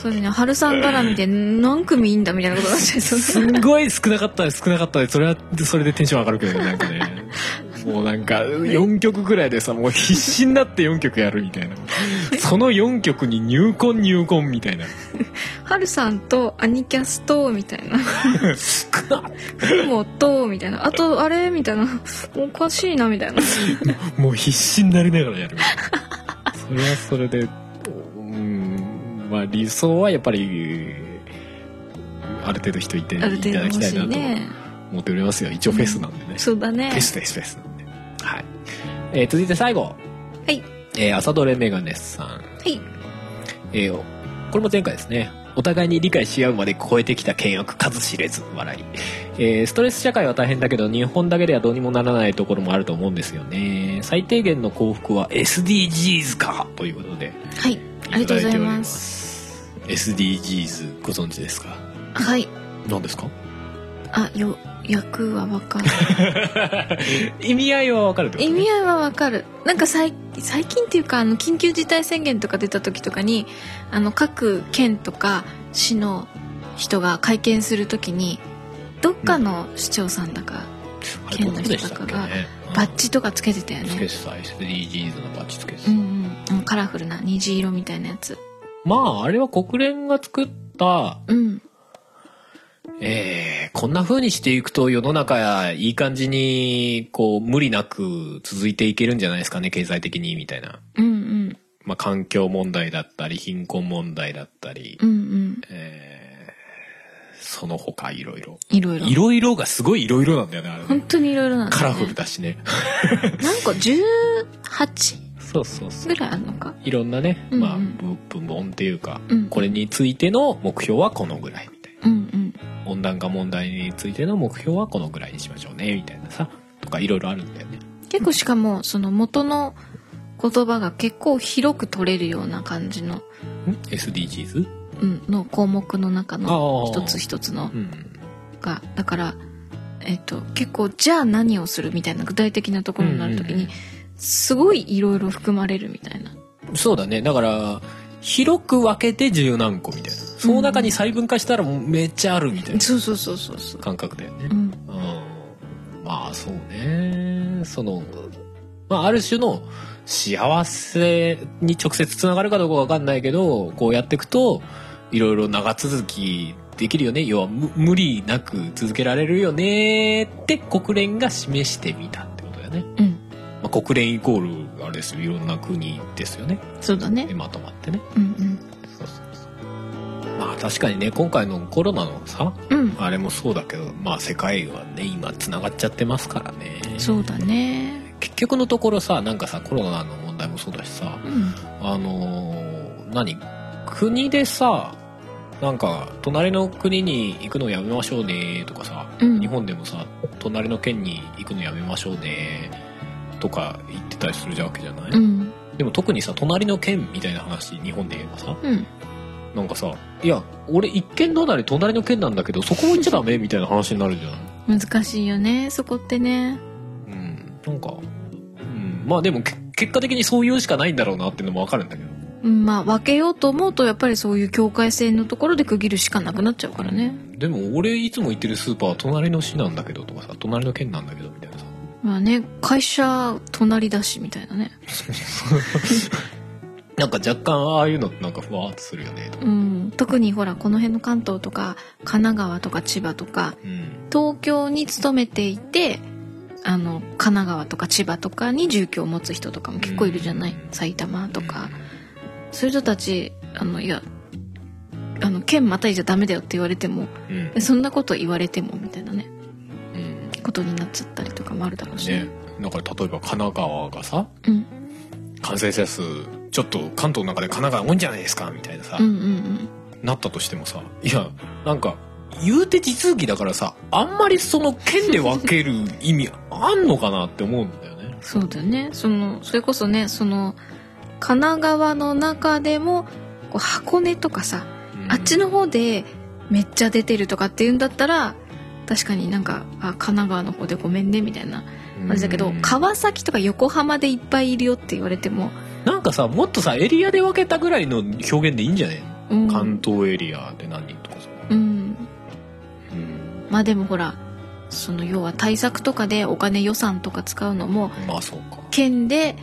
うですね春さん絡みで何組いいんだみたいなことになっちゃいそう
すんごい少なかったら少なかったで、それは、それでテンション上がるけど、なんかね。もうなんか、4曲ぐらいでさ、もう必死になって4曲やるみたいな。その4曲に入魂入魂みた いな。
春さんとアニキャスとみたいな
少な
フモとみたいなあとあれみたいなおかしいなみたいな
もう必死になりながらやる。 それはそれで、うん、まあ理想はやっぱり、ある程度人いてい
あ
た
る
だ
程
き
度
た
欲し
いないと
ね
思っておりますよ。一応フェスなんでね。
そうだね。
フェスです、フェスなんで。はい。えー続いて最後。はいえー朝どれメガネさん。
はい
えーこれも前回ですね。お互いに理解し合うまで超えてきた険悪数知れず笑い、えーストレス社会は大変だけど日本だけではどうにもならないところもあると思うんですよね最低限の幸福は SDGs かということで
はいありがとうございます
す SDGs ご存知ですか
はい
何ですか
あよ役はわかる
意味合いはわかるってこと
意
ね
味合いはわかるなんか最最近っていうかあの緊急事態宣言とか出た時とかにあの各県とか市の人が会見する時にどっかの市長さんだか
あれどんなでしたっけ
県の人
ね
バッジとかつけてたよ
つけ
ね
てさ SDGs のバッジつけて
う
た
んうんあのカラフルな虹色みたいなやつ
まああれは国連が作った
うん
えーこんな風にしていくと世の中いい感じにこう無理なく続いていけるんじゃないですかね経済的にみたいな、
うんうん
まあ、環境問題だったり貧困問題だったり、
うんうん
えーその他いろいろ
いろいろ
いろいろがすごいいろいろなんだよねあれ
本当にいろいろなんだ、ね、
カラフルだしね
なんか18
そうそうそう
ぐらいあるのか
いろんなね、
うんうん
まあ部部門っていうか、
うん
これについての目標はこのぐらいみたいな
うん
温暖化問題についての目標はこのぐらいにしましょうねみたいなさとかいろいろあるんだよね
うん結構しかもその元の言葉が結構広く取れるような感じの,、
SDGs?
うん、の項目の中の
あー
一つ一つの
うん。
がだから、えっと結構じゃあ何をするみたいな具体的なところになるとき
うんうん
にすごいいろいろ含まれるみたいな。
そうだね。だから、広く分けて十何個みたいな。その中に細分化したらもうめっちゃあるみたいな
そうそうそうそうそう。
感覚だよねう
う。ん
んまあそうねその、まあ、ある種の幸せに直接つながるかどうかわかんないけどこうやっていくといろいろ長続きできるよね要は無無理なく続けられるよねって国連が示してみたってことだよね。
うん、
まあ、国連イコールあれですよいろんな国ですよね
そうだね。
まとまってね。
うん
そうそうそうまあ確かにね今回のコロナのさ
うん。うん、
あれもそうだけど、まあ世界はね、今繋がっちゃってますからね。
そうだね。
結局のところさ、なんかさ、コロナの問題もそうだしさ、
うん、
あのー何国でさ、なんか、隣の国に行くのやめましょうねとかさ、
うん
日本でもさ、隣の県に行くのやめましょうねとか言ってたりするわけじゃない、
うん、
でも特にさ、隣の県みたいな話、日本で言えばさ、
うん、
なんかさ、いや、俺一県隣隣の県なんだけど、そこも行っちゃダメみたいな話になるじゃん。
難しいよね。そこってね。
うん、なんか、うん、まあでもけ結果的にそういうしかないんだろうなっていうのもわかるんだけど
うん、まあ分けようと思うとやっぱりそういう境界線のところで区切るしかなくなっちゃうからね。
でも俺いつも行ってるスーパーは隣の市なんだけどとかさ隣の県なんだけどみたい なさ
まあね、会社隣だしみたいなね。
なんか若干ああいうのってなんかふわーっとするよねとか
うん、特にほらこの辺の関東とか神奈川とか千葉とか
うん
東京に勤めていてあの神奈川とか千葉とかに住居を持つ人とかも結構いるじゃない、
うん
埼玉とか、そういう人たちあのいやあの県またいじゃダメだよって言われても
うんうん
えそんなこと言われてもみたいなね
うん
ことになっちゃったりとかもあるだろうしね
ねだから例えば神奈川がさ
うん、
感染者数ちょっと関東の中で神奈川多いんじゃないですかみたいなさ、
うんうん
なったとしてもさいやなんか言うて地続きだからさあんまりその県で分ける意味あんのかなって思うんだよね
う。んそうだよねそのそれこそねその神奈川の中でもこう箱根とかさ
うん
あっちの方でめっちゃ出てるとかっていうんだったら確かになんかあ神奈川の方でごめんねみたいなあれだけど、
うん
川崎とか横浜でいっぱいいるよって言われても、
なんかさもっとさエリアで分けたぐらいの表現でいいんじゃね、
うん、
関東エリアで何人とかさ、
うん
うん
まあでもほらその要は対策とかでお金予算とか使うのも
まあそうか
県で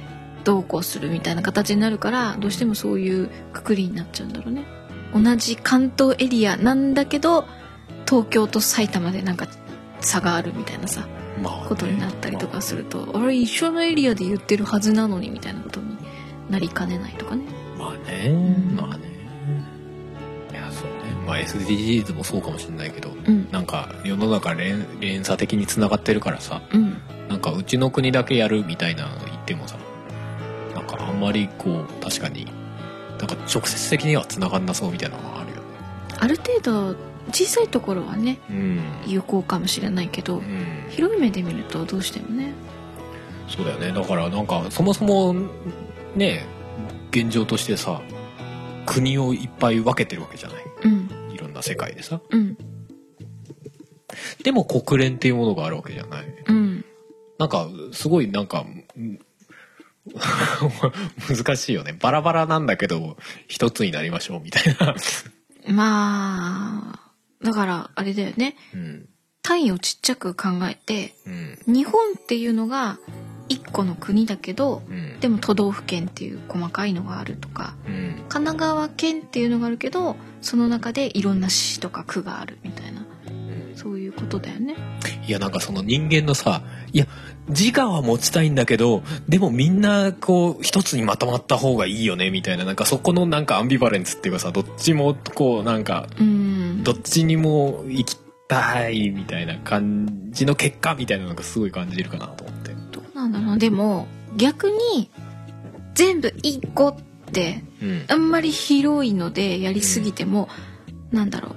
どうこうするみたいな形になるからどうしてもそういうくくりになっちゃうんだろうね同じ関東エリアなんだけど東京と埼玉でなんか差があるみたいなさ
まあね、
ことになったりとかするとあれ一緒のエリアで言ってるはずなのにみたいなことになりかねないとかね
まあねまあねいやそうねまあ SDGs もそうかもしれないけど
うん
なんか世の中連連鎖的につながってるからさ
うん
なんかうちの国だけやるみたいなの言ってもさなんかあんまりこう確かになんか直接的にはつながんなそうみたいなのがあるよね
ある程度小さいところはね
うん、
有効かもしれないけど
うん、
広い目で見るとどうしてもね
そうだよねだからなんかそもそもね現状としてさ国をいっぱい分けてるわけじゃない
うん
いろんな世界でさ
うん
でも国連っていうものがあるわけじゃない
うん
なんかすごいなんか うん難しいよねバラバラなんだけど一つになりましょうみたいな、
まあだからあれだよね
うん
単位をちっちゃく考えて
うん
日本っていうのが一個の国だけど
うん
でも都道府県っていう細かいのがあるとか
うん
神奈川県っていうのがあるけどその中でいろんな市とか区があるみたいな
うん
そういうことだよね
いやなんかその人間のさいや自我は持ちたいんだけどでもみんなこう一つにまとまった方がいいよねみたいななんかそこのなんかアンビバレンスっていうかさどっちもこうなんか
うん
どっちにも行きたいみたいな感じの結果みたいなのがすごい感じるかなと思って
どうなんだろうでも逆に全部一個って
うん
あんまり広いのでやりすぎても、なんだろ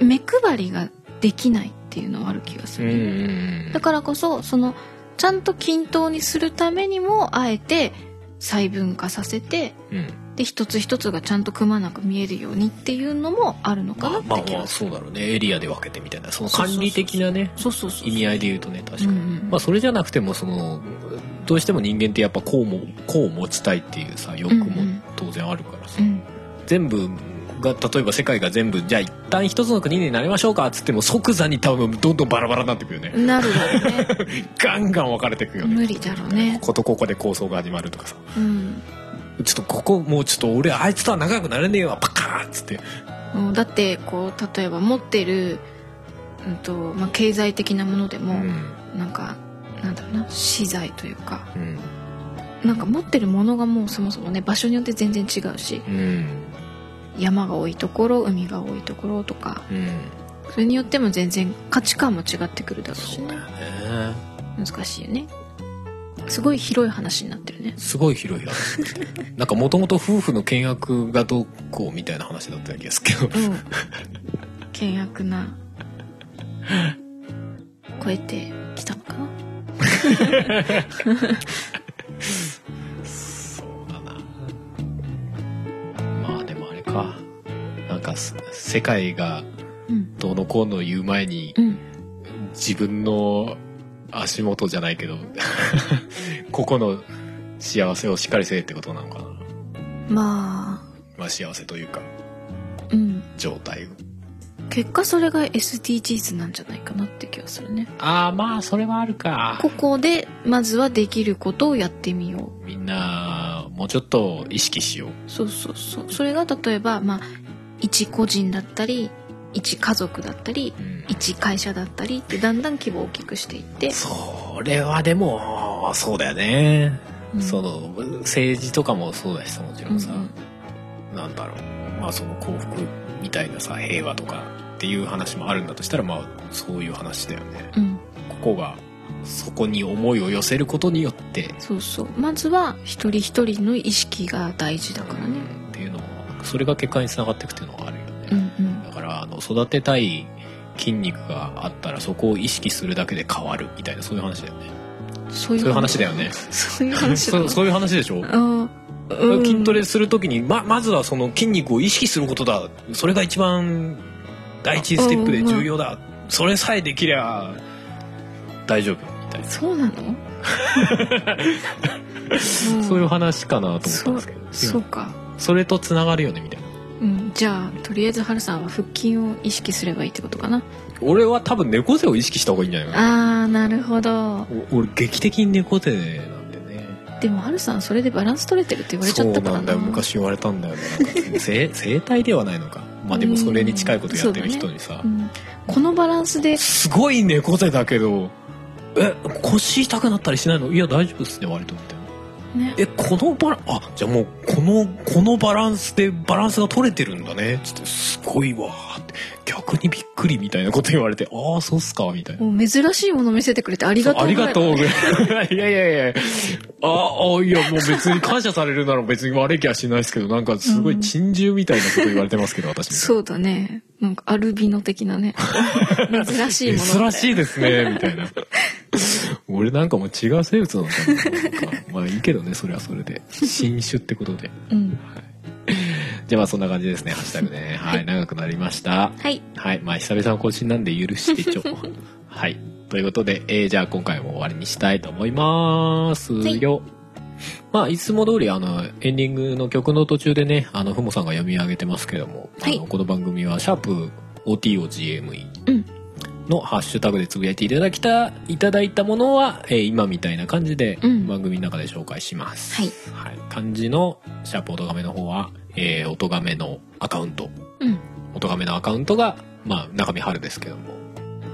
う目配りができないっていうのはある気がす
う
る、
ん
だからこそそのちゃんと均等にするためにもあえて細分化させて
うん
で一つ一つがちゃんとくまなく見えるようにっていうのもあるのか
ま
な
あ
っ
まあ
て気
まあ
がす
そうだろうねエリアで分けてみたいなその
そうそ
管
うそうそう
理的なね
るそうそうそう
意味合いで言うとね確かに、
うんうん
まあそれじゃなくてもそのどうしても人間ってやっぱこうもこう持ちたいっていうさ欲
うんう
も
ん
当然あるからさ、
うん
全部が例えば世界が全部じゃあ一旦一つの国になりましょうかっつっても即座に多分どんどんバラバラになってくよね、
なるだろうね
ガンガン分かれてくよね
無理だろうね
こことここで構想が始まるとかさ
うん
ちょっとここもうちょっと俺あいつとは仲良くなれねえわパカーンっつって
うんだってこう例えば持ってる、うんとまあ、経済的なもので
う
も、なんかなんだろうな資材というか
うん
なんか持ってるものがもうそもそもね場所によって全然違うし
うん
山が多いところ海が多いところとか
うん
それによっても全然価値観も違ってくるだろうし
そうだ
ね
よね
難しいよねすごい広い話になってるね
すごい広い話だったねなんかもともと夫婦の倹約がどうこうみたいな話だった気がするけど
うん 険悪な超えてきたのかな
そうだなまあでもあれかなんかす世界が
うん
どうのこうの言う前に
うん
自分の足元じゃないけど ここの幸せをしっかりせえってことなのかな
ま
まあ幸せというか
あうん
状態を
結果それが SDGs なんじゃないかなって気がするね
ああまあそれはあるか
ここでまずはできることをやってみよ
みんなもうちょっと意識しよう
うそうそうそうそれが例えばまあ一個人だったり一家族だったり
うん
一会社だったりってだんだん規模を大きくしていって、
それはでもそうだよね、
うん
その政治とかもそうだしさもちろんさ、
うん
なんだろうまあその幸福みたいなさ平和とかっていう話もあるんだとしたらまあそういう話だよね
うん、
ここがそこに思いを寄せることによって、
そうそうまずは一人一人の意識が大事だからね
っていうのもそれが結果につながっていくっていうのはあるよね、
うんうん
だからあの育てたい筋肉があったらそこを意識するだけで変わるみたいなそういう話だよね
そういう
そういう話だよね
そういう話だ
そうそういう話でしょ
あーうん
筋トレする時にままずはその筋肉を意識することだそれが一番第一ステップで重要だ、それさえできりゃ大丈夫みたいな、
そ うなのうん
そういう話かなと思ったんですけど今
そうか
それとつながるよねみたいな
うん、じゃあとりあえずハルさんは腹筋を意識すればいいってことかな
俺は多分猫背を意識した方がいいんじゃないかな
あーなるほど
お俺劇的に猫背なんでね
でもハルさんそれでバランス取れてるって言われちゃ
そ
っ
う
たから
なんだよ昔言われたんだよねなんか せ整体ではないのかまあでもそれに近いことやってる人にさ、
うんこのバランスです
ごい猫背だけどえ腰痛くなったりしないのいや大丈夫ですね割とみたいな
ね
えこのバランあじゃあもうこのこのバランスでバランスが取れてるんだねつってすごいわーって逆にびっくりみたいなこと言われてああそうっすかみたいな。
もう珍しいもの見せてくれてありがとう
ありがとう
う
ぐらい。 いやいやいや。ああ、いや、もう別に感謝されるなら別に悪い気はしないですけど、なんかすごい珍獣みたいなこと言われてますけど、私。
そうだねなんかアルビノ的 なね珍しいもの
珍しいですねみたいな俺なんかもう違う生物なのかななんかまあいいけどねそれはそれで新種ってことで
うん
じゃあまあそんな感じですねハッシュタグねはい長くなりました
はい
はいまあ久々の更新なんで許してちょはいということで、えーじゃあ今回も終わりにしたいと思います
い
よまあいつも通りあのエンディングの曲の途中でねあのふもさんが読み上げてますけども、
はい
あのこの番組は「シャープ o t o g m e
うん
のハッシュタグでつぶやいていただきたいただいたものは、えー今みたいな感じで
うん
番組の中で紹介します、
はい
はい、漢字のシャープ音亀の方は、えー、音亀のアカウント
うん
音亀のアカウントが、まあ、中身春ですけども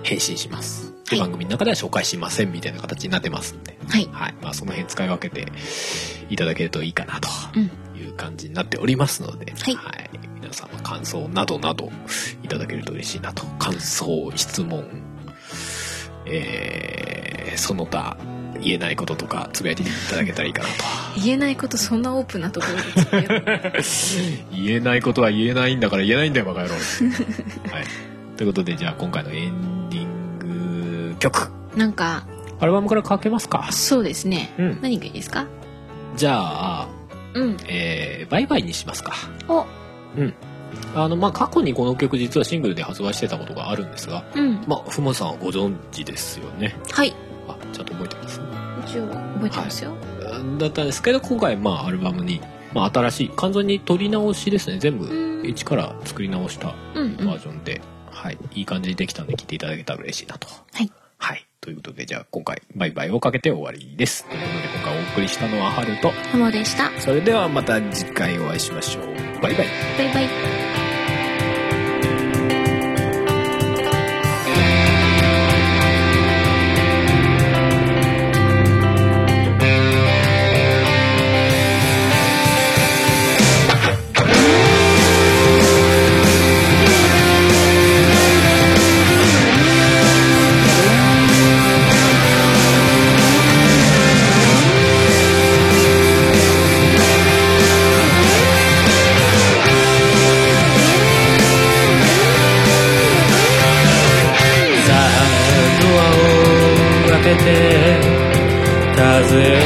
返信しますで
はい
番組の中では紹介しませんみたいな形になってますんで、
はい
はいまあ、その辺使い分けていただけるといいかなと
うん
いう感じになっておりますので、
はい
皆様感想などなどいただけると嬉しいなと感想質問えーその他言えないこととかつぶやいていただけたらいいかなと
言えないことそんなオープンなところでつぶや く
言えないことは言えないんだから言えないんだよバカ野郎 はいということでじゃあ今回のエンディング曲
なんか
アルバムからかけますか
そうですね、
うん
何がいいですか
じゃあ
うん
えーバイバイにしますか
お
あのまあ過去にこの曲実はシングルで発売してたことがあるんですが
うん
まあふもさんはご存知ですよね
はい
あちゃんと覚えてます
一応覚えてますよ、
だったんですけど今回まあアルバムに、まあ、新しい完全に取り直しですね全
う
部
ん
一から作り直した
うんうん
バージョンで、はい、いい感じにできたんで聴いていただけたら嬉しいなと。
はい、
はい、ということでじゃあ今回「バイバイ」をかけて終わりです。ということで今回お送りしたのはハルと
ハモでした
それではまた次回お会いしましょう。バイバイ
バイバイ
さあドアを開けて風を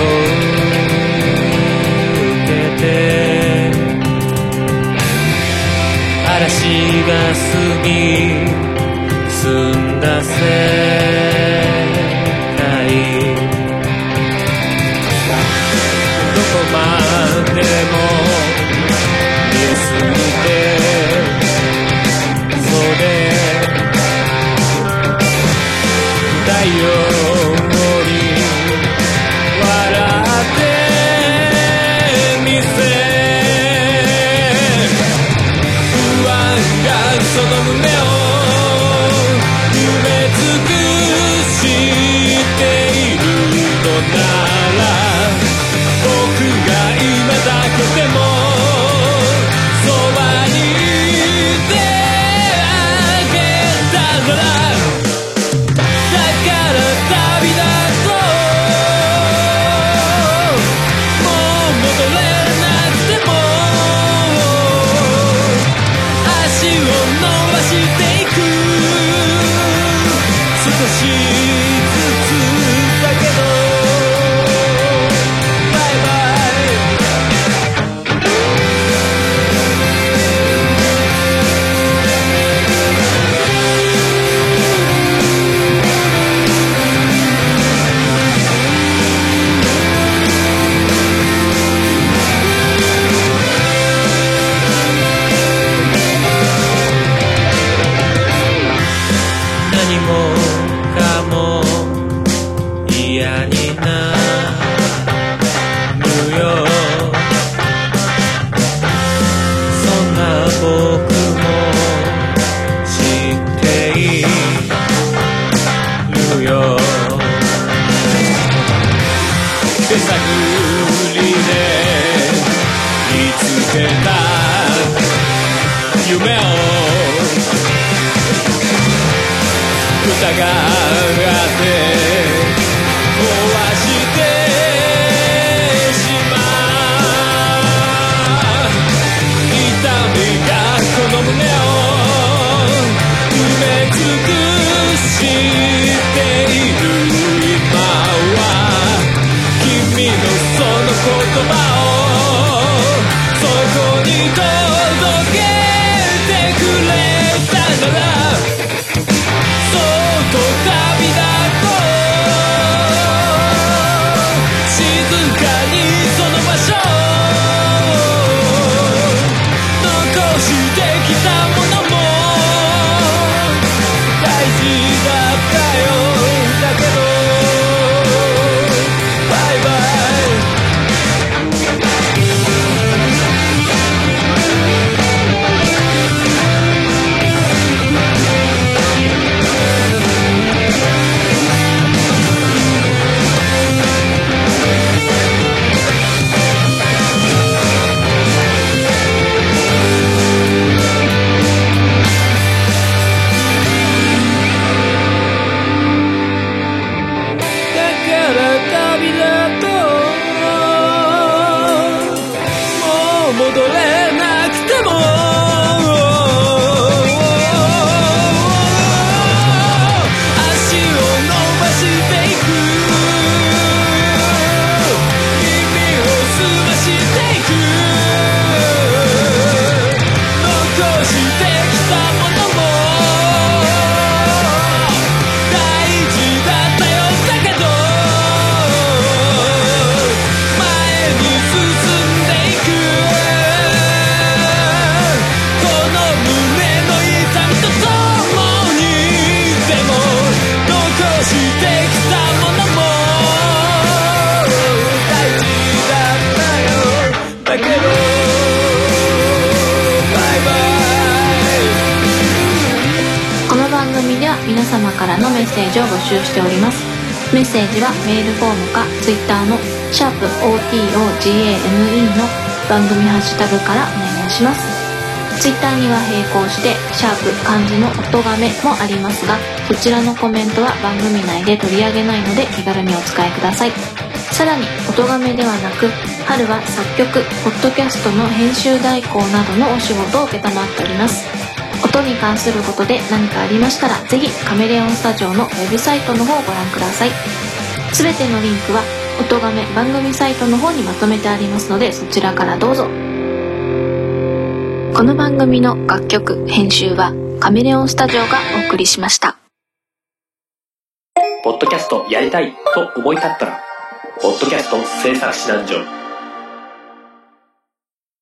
受けて嵐が過ぎ澄んだ世界どこまでも見えすぎてそれ太陽より笑ってみせ不安がその胸を埋め尽くしているのなら僕が今だけでもそばにいてあげたならだから旅だともう戻れなくても足を伸ばしていく少しずつだけどバイバイ何もかも嫌になるよそんな僕も知っているよ手探りで見つけた夢を疑って壊してしまう痛みがこの胸を埋め尽くしている今は君のその言葉をそこに届けてくれたならそうと旅だともう戻れなくても足を伸ばしていく少しずつだけどバイバイ静かにその場所残してきたものも大事だったよだけどバイバイ「
セージを募集しておりますメッセージはメールフォームか Twitter の「シャープ o t o g a m e の番組ハッシュタグからお願いしますツイッターには並行して「シャープ漢字の音がめ」もありますがそちらのコメントは番組内で取り上げないので気軽にお使いくださいさらに音がめではなく春は作曲ポッドキャストの編集代行などのお仕事を承っております音に関することで何かありましたらぜひカメレオンスタジオのウェブサイトの方をご覧くださいすべてのリンクは音がめ番組サイトの方にまとめてありますのでそちらからどうぞこの番組の楽曲編集はカメレオンスタジオがお送りしました
ポッドキャストやりたいと思い立ったら、ポッドキャスト制作指南所。